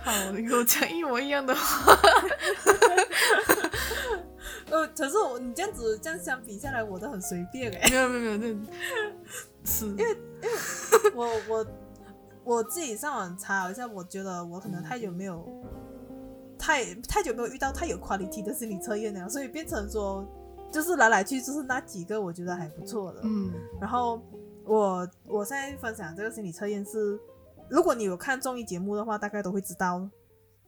Speaker 2: 好，你给我讲一模一样的 话。
Speaker 1: 呃，可是我你这样子这样相比下来，我都很随便哎、
Speaker 2: 没有没有没有，那是因为
Speaker 1: 我我我自己上网查了一下，我觉得我可能太久没有太太久没有遇到太有 quality 的心理测验了，所以变成说就是来来去就是那几个我觉得还不错的。
Speaker 2: 嗯
Speaker 1: 然后我我现在分享这个心理测验是，如果你有看综艺节目的话，大概都会知道，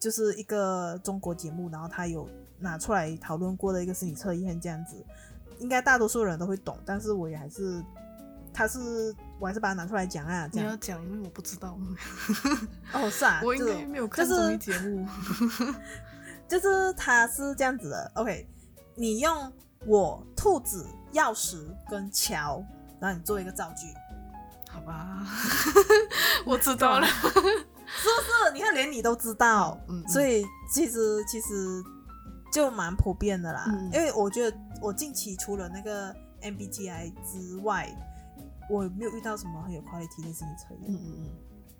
Speaker 1: 就是一个中国节目，然后他有拿出来讨论过的一个心理测验这样子，应该大多数人都会懂，但是我也还是，他是我还是把它拿出来讲啊，这
Speaker 2: 你要
Speaker 1: 样
Speaker 2: 讲，因为我不知 道，
Speaker 1: 哦是啊，
Speaker 2: 我应
Speaker 1: 这
Speaker 2: 该
Speaker 1: 种
Speaker 2: 没有看综艺节目。
Speaker 1: 就是它是这样子的，OK，你用我兔子钥匙跟桥，然后你做一个造句，
Speaker 2: 好吧， 我知道 了。
Speaker 1: 是不是？你看，连你都知道，
Speaker 2: 嗯嗯
Speaker 1: 所以其实其实就蛮普遍的啦。
Speaker 2: 嗯
Speaker 1: 因为我觉得我近期除了那个 MBTI 之外，我没有遇到什么很有 quality 的心理测验，
Speaker 2: 嗯嗯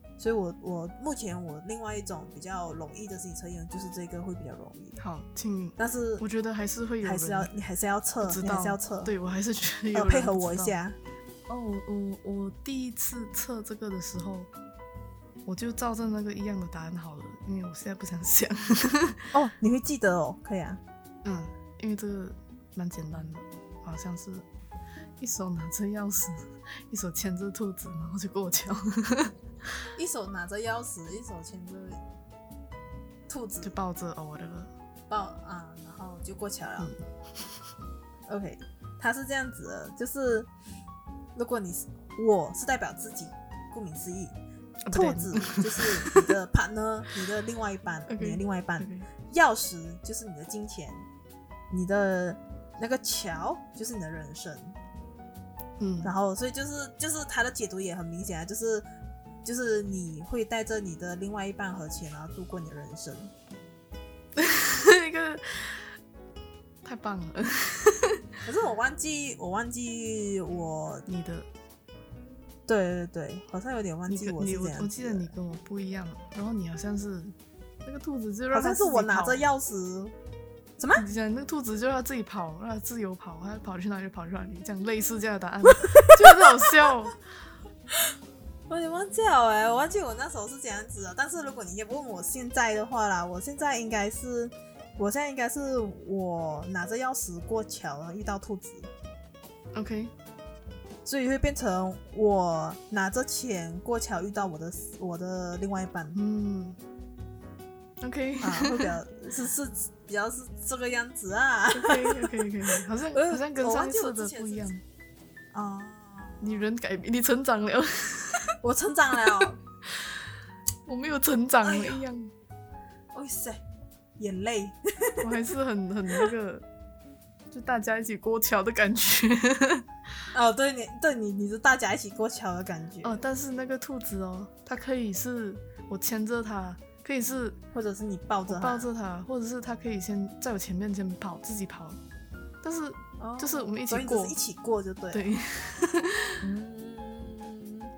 Speaker 2: 嗯，
Speaker 1: 所以我我目前我另外一种比较容易的心理测验就是这个会比较容易，
Speaker 2: 好，请，
Speaker 1: 但是
Speaker 2: 我觉得还是会有人
Speaker 1: 还是要你还是要测
Speaker 2: 不，知
Speaker 1: 你
Speaker 2: 道
Speaker 1: 还是要测，
Speaker 2: 对我还是觉得有
Speaker 1: 呃，
Speaker 2: 人
Speaker 1: 配合
Speaker 2: 不知
Speaker 1: 我一
Speaker 2: 道。
Speaker 1: 下。
Speaker 2: 哦，我我第一次测这个的时候，我就照着那个一样的答案好了，因为我现在不想想。
Speaker 1: 哦，你会记得哦，可以啊。
Speaker 2: 嗯，因为这个蛮简单的，好像是一手拿着钥匙，一手牵着兔子，然后就过桥，
Speaker 1: 一手拿着钥匙，一手牵着兔子
Speaker 2: 就抱着哦我的了。
Speaker 1: 抱啊、然后就过桥了。
Speaker 2: 嗯
Speaker 1: OK，它是这样子的，就是如果你是我是代表自己，顾名思义，
Speaker 2: 啊不
Speaker 1: 兔
Speaker 2: 对
Speaker 1: 子就是你的 partner，你的另外一半，
Speaker 2: OK 嗯
Speaker 1: 你的另外一半，
Speaker 2: OK，
Speaker 1: 钥匙就是你的金钱，你的那个桥就是你的人生，
Speaker 2: 嗯，
Speaker 1: 然后所以就是就是它的解读也很明显啊，就是。就是你会带着你的另外一半和钱，然后度过你的人生。
Speaker 2: 一个太棒了！
Speaker 1: 可是我忘记，我忘记我，
Speaker 2: 你的
Speaker 1: 对对对，好像有点忘
Speaker 2: 你
Speaker 1: 记
Speaker 2: 跟
Speaker 1: 我
Speaker 2: 你
Speaker 1: 是
Speaker 2: 我
Speaker 1: 这样
Speaker 2: 我记得
Speaker 1: 子的
Speaker 2: 你跟我不一样，然后你好像是那个兔子就
Speaker 1: 好
Speaker 2: 让它
Speaker 1: 像是
Speaker 2: 自己
Speaker 1: 我拿
Speaker 2: 跑
Speaker 1: 着，钥匙，什么？
Speaker 2: 你讲那个兔子就让它自己跑，让它自由跑，它跑去哪里就跑去哪里，这样类似这样的答案，就很好笑。
Speaker 1: 我有点忘记了哎、我忘记我那时候是怎样子了。但是如果你也问我现在的话啦，我现在应该是，我现在应该是我拿着钥匙过桥，然后遇到兔子，
Speaker 2: OK，
Speaker 1: 所以会变成我拿着钱过桥遇到我的我的另外一半
Speaker 2: 嗯，OK
Speaker 1: 啊，会比较是是比较是这个样子啊
Speaker 2: OK OK OK，好像
Speaker 1: 我
Speaker 2: 好像跟
Speaker 1: 我
Speaker 2: 上
Speaker 1: 忘
Speaker 2: 一
Speaker 1: 记
Speaker 2: 次
Speaker 1: 我之
Speaker 2: 的
Speaker 1: 前
Speaker 2: 不
Speaker 1: 是
Speaker 2: 一样，
Speaker 1: 啊，
Speaker 2: 你人改变，你成长了，
Speaker 1: 我成长了，哦
Speaker 2: 我没有成长
Speaker 1: 哎
Speaker 2: 了
Speaker 1: 呦
Speaker 2: 一样，
Speaker 1: 哇塞，眼泪。
Speaker 2: 我还是很很那个，就大家一起过桥的感觉。
Speaker 1: 哦，对你，对你，你是大家一起过桥的感觉，
Speaker 2: 哦，但是那个兔子哦，它可以是我牵着它，可以是
Speaker 1: 或者是你抱着
Speaker 2: 我
Speaker 1: 它
Speaker 2: 抱，着它，或者是它可以先在我前面先跑，自己跑。但是
Speaker 1: 哦
Speaker 2: 就是我们一起
Speaker 1: 所以你
Speaker 2: 过
Speaker 1: 只是一起过就对了。
Speaker 2: 对，
Speaker 1: 嗯，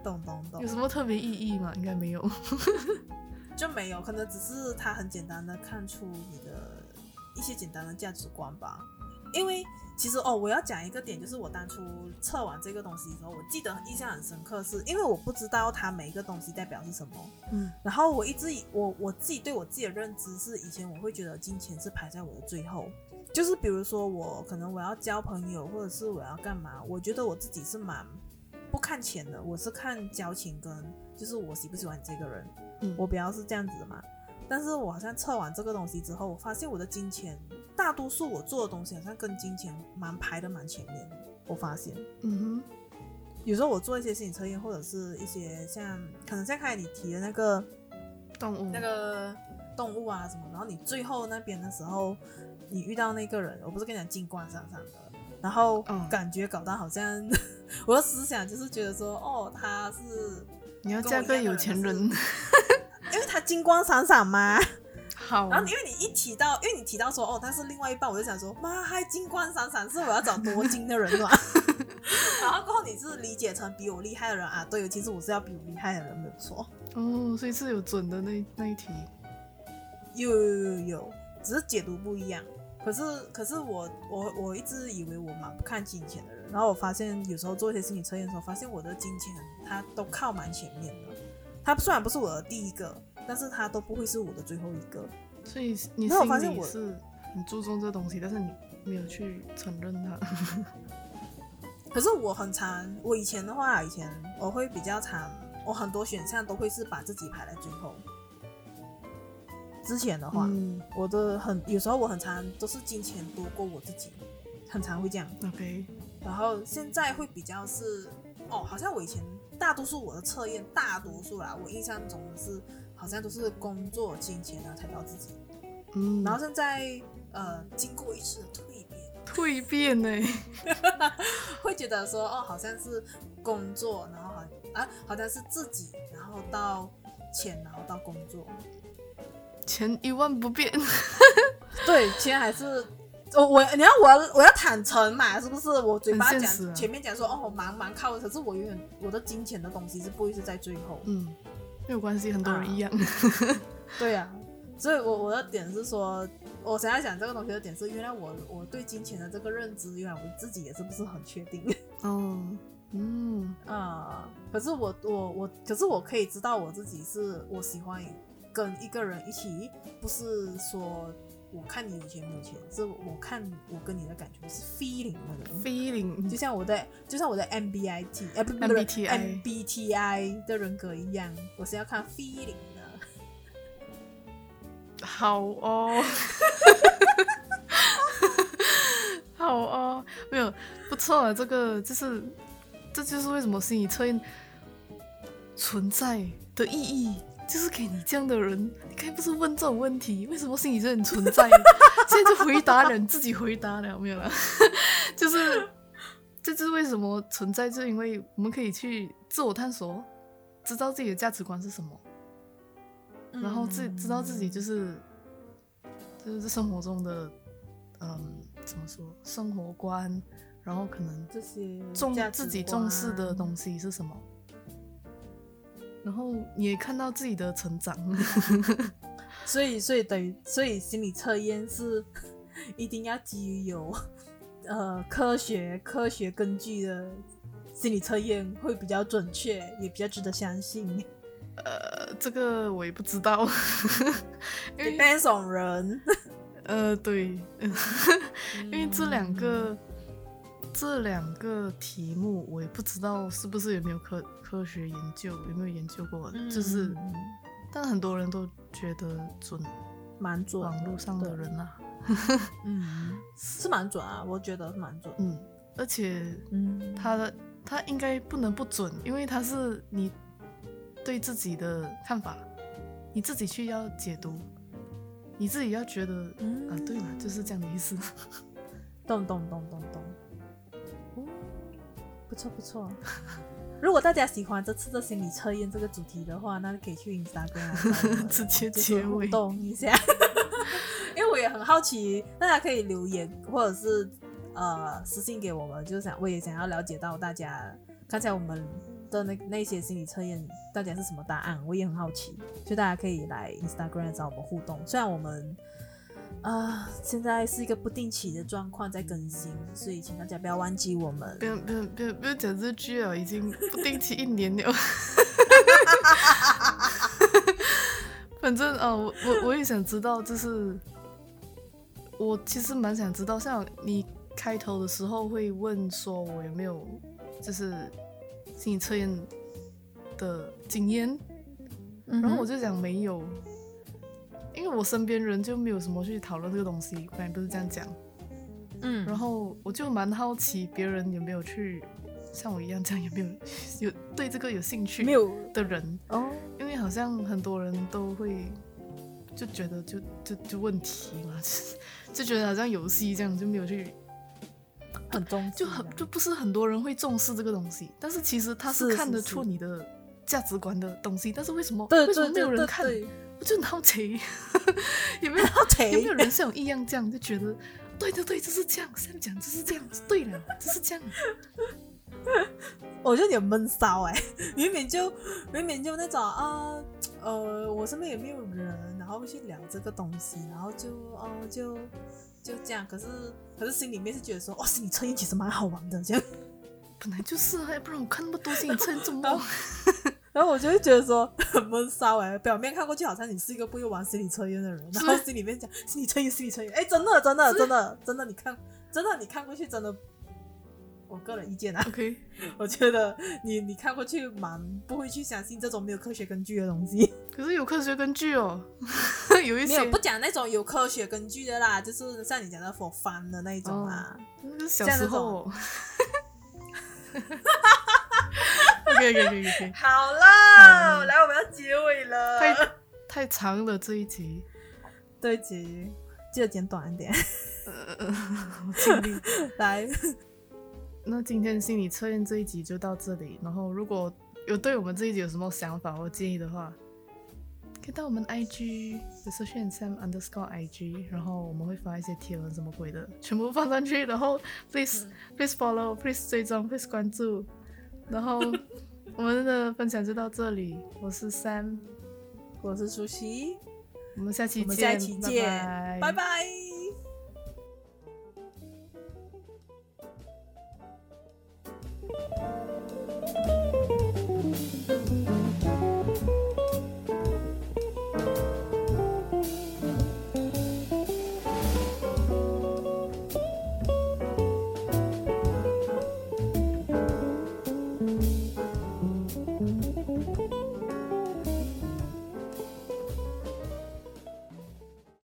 Speaker 1: 懂懂懂
Speaker 2: 有，什么特别意义吗？应该没有。
Speaker 1: 就没有，可能只是他很简单的看出你的一些简单的价值观吧。因为其实哦，我要讲一个点，就是我当初测完这个东西的时候，我记得印象很深刻是，因为我不知道它每一个东西代表是什么。
Speaker 2: 嗯
Speaker 1: 然后我一直以我我自己对我自己的认知是，以前我会觉得金钱是排在我的最后，就是比如说我可能我要交朋友，或者是我要干嘛，我觉得我自己是蛮不看钱的，我是看交情跟就是我喜不喜欢这个人，
Speaker 2: 嗯，
Speaker 1: 我比较是这样子的嘛。但是我好像测完这个东西之后，我发现我的金钱大多数我做的东西好像跟金钱蛮排的蛮前面的，我发现。
Speaker 2: 嗯
Speaker 1: 有时候我做一些心理测验，或者是一些像可能像刚才你提的那个
Speaker 2: 哼，动物
Speaker 1: 那个动物啊什么，然后你最后那边的时候，你遇到那个人，我不是跟你讲金光闪闪的，然后
Speaker 2: 嗯
Speaker 1: 感觉搞到好像、 我的思想就是觉得说，哦，他是
Speaker 2: 你要
Speaker 1: 跟
Speaker 2: 嫁
Speaker 1: 我一
Speaker 2: 个
Speaker 1: 样的
Speaker 2: 有
Speaker 1: 人
Speaker 2: 钱
Speaker 1: 还是
Speaker 2: 人，
Speaker 1: 因为他金光闪闪嘛，
Speaker 2: 好
Speaker 1: 然后因为你一提到，因为你提到说，哦，他是另外一半，我就想说，妈，还金光闪闪是我要找多金的人是吧？然后过后你是理解成比我厉害的人啊，对，其实我是要比我厉害的人没有错。
Speaker 2: 哦，所以是有准的那那一题。
Speaker 1: 有有有有，只是解读不一样。可是可是我我我一直以为我蛮不看金钱的人，然后我发现有时候做一些心理测验的时候，发现我的金钱它都靠蛮前面的。它虽然不是我的第一个，但是它都不会是我的最后一个。
Speaker 2: 所以你
Speaker 1: 没有我发
Speaker 2: 心
Speaker 1: 现
Speaker 2: 里
Speaker 1: 我
Speaker 2: 是很注重这东西，但是你没有去承认它。
Speaker 1: 可是我很常，我以前的话，以前我会比较常，我很多选项都会是把自己排在最后。之前的话，
Speaker 2: 嗯
Speaker 1: 我的很有时候我很常都是金钱多过我自己，很常会这样。
Speaker 2: ，OK，
Speaker 1: 然后现在会比较是，哦，好像我以前大多数我的测验，大多数啦，我印象中是好像都是工作、金钱啊才到自己。
Speaker 2: 嗯，
Speaker 1: 然后现在呃，经过一次的蜕变，
Speaker 2: 蜕变呢、
Speaker 1: 会觉得说，哦，好像是工作，然后好啊，好像是自己，然后到钱，然后到工作。
Speaker 2: 钱一万不变。
Speaker 1: 对，钱还是。哦我我你要我要我要坦诚嘛，是不是？我嘴巴
Speaker 2: 很现实
Speaker 1: 讲、
Speaker 2: 啊
Speaker 1: 前面讲说哦，我忙忙靠，可是我永远我的金钱的东西是不会是在最后。
Speaker 2: 嗯，没有关系，很多
Speaker 1: 啊
Speaker 2: 人一样。
Speaker 1: 对呀、所以我我的点是说，我想要讲这个东西的点是，原来我我对金钱的这个认知，原来我自己也是不是很确定
Speaker 2: 哦，嗯，
Speaker 1: 啊、可是我我我，可是我可以知道我自己是我喜欢跟一个人一起，不是说我看你有钱没有钱，是我看我跟你的感觉是 feeling 那种。
Speaker 2: 非零
Speaker 1: 就像我在，就像我在 MBIT，哎、不不不
Speaker 2: MBTI
Speaker 1: MBTI 的人格一样，我是要看 feeling 的。
Speaker 2: 好哦， 好哦，没有不错啊，这个就是这就是为什么心理测验存在的意义。就是给你这样的人，你该不是问这种问题？为什么心理测验存在？ 现在就回答了，你自己回答了，没有了。 就是，这就是为什么存在，就是因为我们可以去自我探索，知道自己的价值观是什么，然后自知道自己就是就是生活中的嗯怎么说生活观，然后可能
Speaker 1: 这些
Speaker 2: 重
Speaker 1: 价值
Speaker 2: 自己重视的
Speaker 1: 观
Speaker 2: 东西是什么，然后也看到自己的成长。
Speaker 1: 所以，所以等于，所以心理测验是 一定要基于有 呃科学科学根据的心理测验会比较准确，也比较值得相信。
Speaker 2: 呃，这个我也不知道， 因为
Speaker 1: depends on 人，
Speaker 2: 呃对，
Speaker 1: 因
Speaker 2: 因为这两个这两个题目，我也不知道是不是有没有科科学研究，有没有研究过，
Speaker 1: 嗯
Speaker 2: 就是，但很多人都觉得准，
Speaker 1: 蛮准的，
Speaker 2: 网络上的人啊，
Speaker 1: 嗯是蛮准啊，我觉得是蛮准。
Speaker 2: 嗯，而且
Speaker 1: 嗯，
Speaker 2: 他的他应该不能不准，因为他是你对自己的看法，你自己去要解读，你自己要觉得。
Speaker 1: 嗯
Speaker 2: 啊，对嘛，就是这样的意思。
Speaker 1: 咚咚咚咚咚，哦，不错不错。 如果大家喜欢这次的心理测验这个主题的话，那可以去 Instagram 来找我们
Speaker 2: 直接
Speaker 1: 就是
Speaker 2: 结
Speaker 1: 互
Speaker 2: 尾，
Speaker 1: 动一下， 因为我也很好奇，大家可以留言或者是呃私信给我们，就是想我也想要了解到大家刚才我们的那那些心理测验大家是什么答案，我也很好奇，所以大家可以来 Instagram 找我们互动。虽然我们啊、现在是一个不定期的状况在更新，所以请大家不要忘记我们
Speaker 2: 不。要不要不要不要讲这句了，已经不定期一年了。 反正啊、呃我我我也想知道，就是我其实蛮想知道，像你开头的时候会问说我有没有就是心理测验的经验，然后我就讲没有，因为我身边人就没有什么去讨论这个东西，本来不是这样讲。
Speaker 1: 嗯
Speaker 2: 然后我就蛮好奇别人有没有去像我一样这样有没有有对这个有兴趣
Speaker 1: 没有
Speaker 2: 的人，
Speaker 1: 哦，
Speaker 2: 因为好像很多人都会就觉得就就就问题嘛， 就觉得好像游戏这样就没有去，
Speaker 1: 很中
Speaker 2: 就
Speaker 1: 性
Speaker 2: 很
Speaker 1: 啊
Speaker 2: 就不是很多人会重视这个东西，但是其实他
Speaker 1: 是
Speaker 2: 是看
Speaker 1: 是
Speaker 2: 得
Speaker 1: 是
Speaker 2: 出你的价值观的东西，但是为什么
Speaker 1: 对
Speaker 2: 为什
Speaker 1: 对
Speaker 2: 么没
Speaker 1: 对
Speaker 2: 有人
Speaker 1: 对哎
Speaker 2: 看？
Speaker 1: 对，
Speaker 2: 我就很好奇， 有没有
Speaker 1: 好
Speaker 2: 有没有
Speaker 1: 奇。
Speaker 2: 人像我一样这样就觉得，对对对，就是这样，三讲就是这样，对了，就是这样。
Speaker 1: 我觉得你很闷骚哎， 明明就明明就那种啊呃，我身边也没有人，然后去聊这个东西，然后就哦、就就这样，可是可是心里面是觉得说，哦，心理测验其实蛮好玩的，这样，
Speaker 2: 本来就是啊，要不然我看那么多心理测验做
Speaker 1: 然
Speaker 2: 梦
Speaker 1: 后。然后我就会觉得说很闷骚哎，表面看过去好像你是一个不会玩心理测验的人，然
Speaker 2: 是
Speaker 1: 后心里面讲心理测验，心理测验，哎，真的真的真的真的，你看真的你看过去真的，我个人意见啊，
Speaker 2: OK，
Speaker 1: 我觉得你你看过去蛮不会去相信这种没有科学根据的东西。
Speaker 2: 可是有科学根据哦， 有一
Speaker 1: 没
Speaker 2: 些
Speaker 1: 有不讲那种有科学根据的啦，就是像你讲的 for fun 的那一种啦。
Speaker 2: 那是小
Speaker 1: 像那
Speaker 2: 时候、哦。OK OK OK OK，
Speaker 1: 好啦
Speaker 2: 嗯
Speaker 1: 来我们要结尾了
Speaker 2: 太太长了这一集，
Speaker 1: 对集记得剪短一点。
Speaker 2: 呃，我尽力。
Speaker 1: 来，
Speaker 2: 那今天心理测验这一集就到这里。然后如果有对我们这一集有什么想法或建议的话，可以到我们 IG 的社群 Sam underscore IG，然后我们会发一些贴文什么鬼的，全部放上去。然后 please please follow please 追踪 please 关注。然后我们的分享就到这里，我是 Sam，
Speaker 1: 我是舒淇，
Speaker 2: 我们下期
Speaker 1: 我们
Speaker 2: 见，
Speaker 1: 下一期见，
Speaker 2: 拜
Speaker 1: 拜拜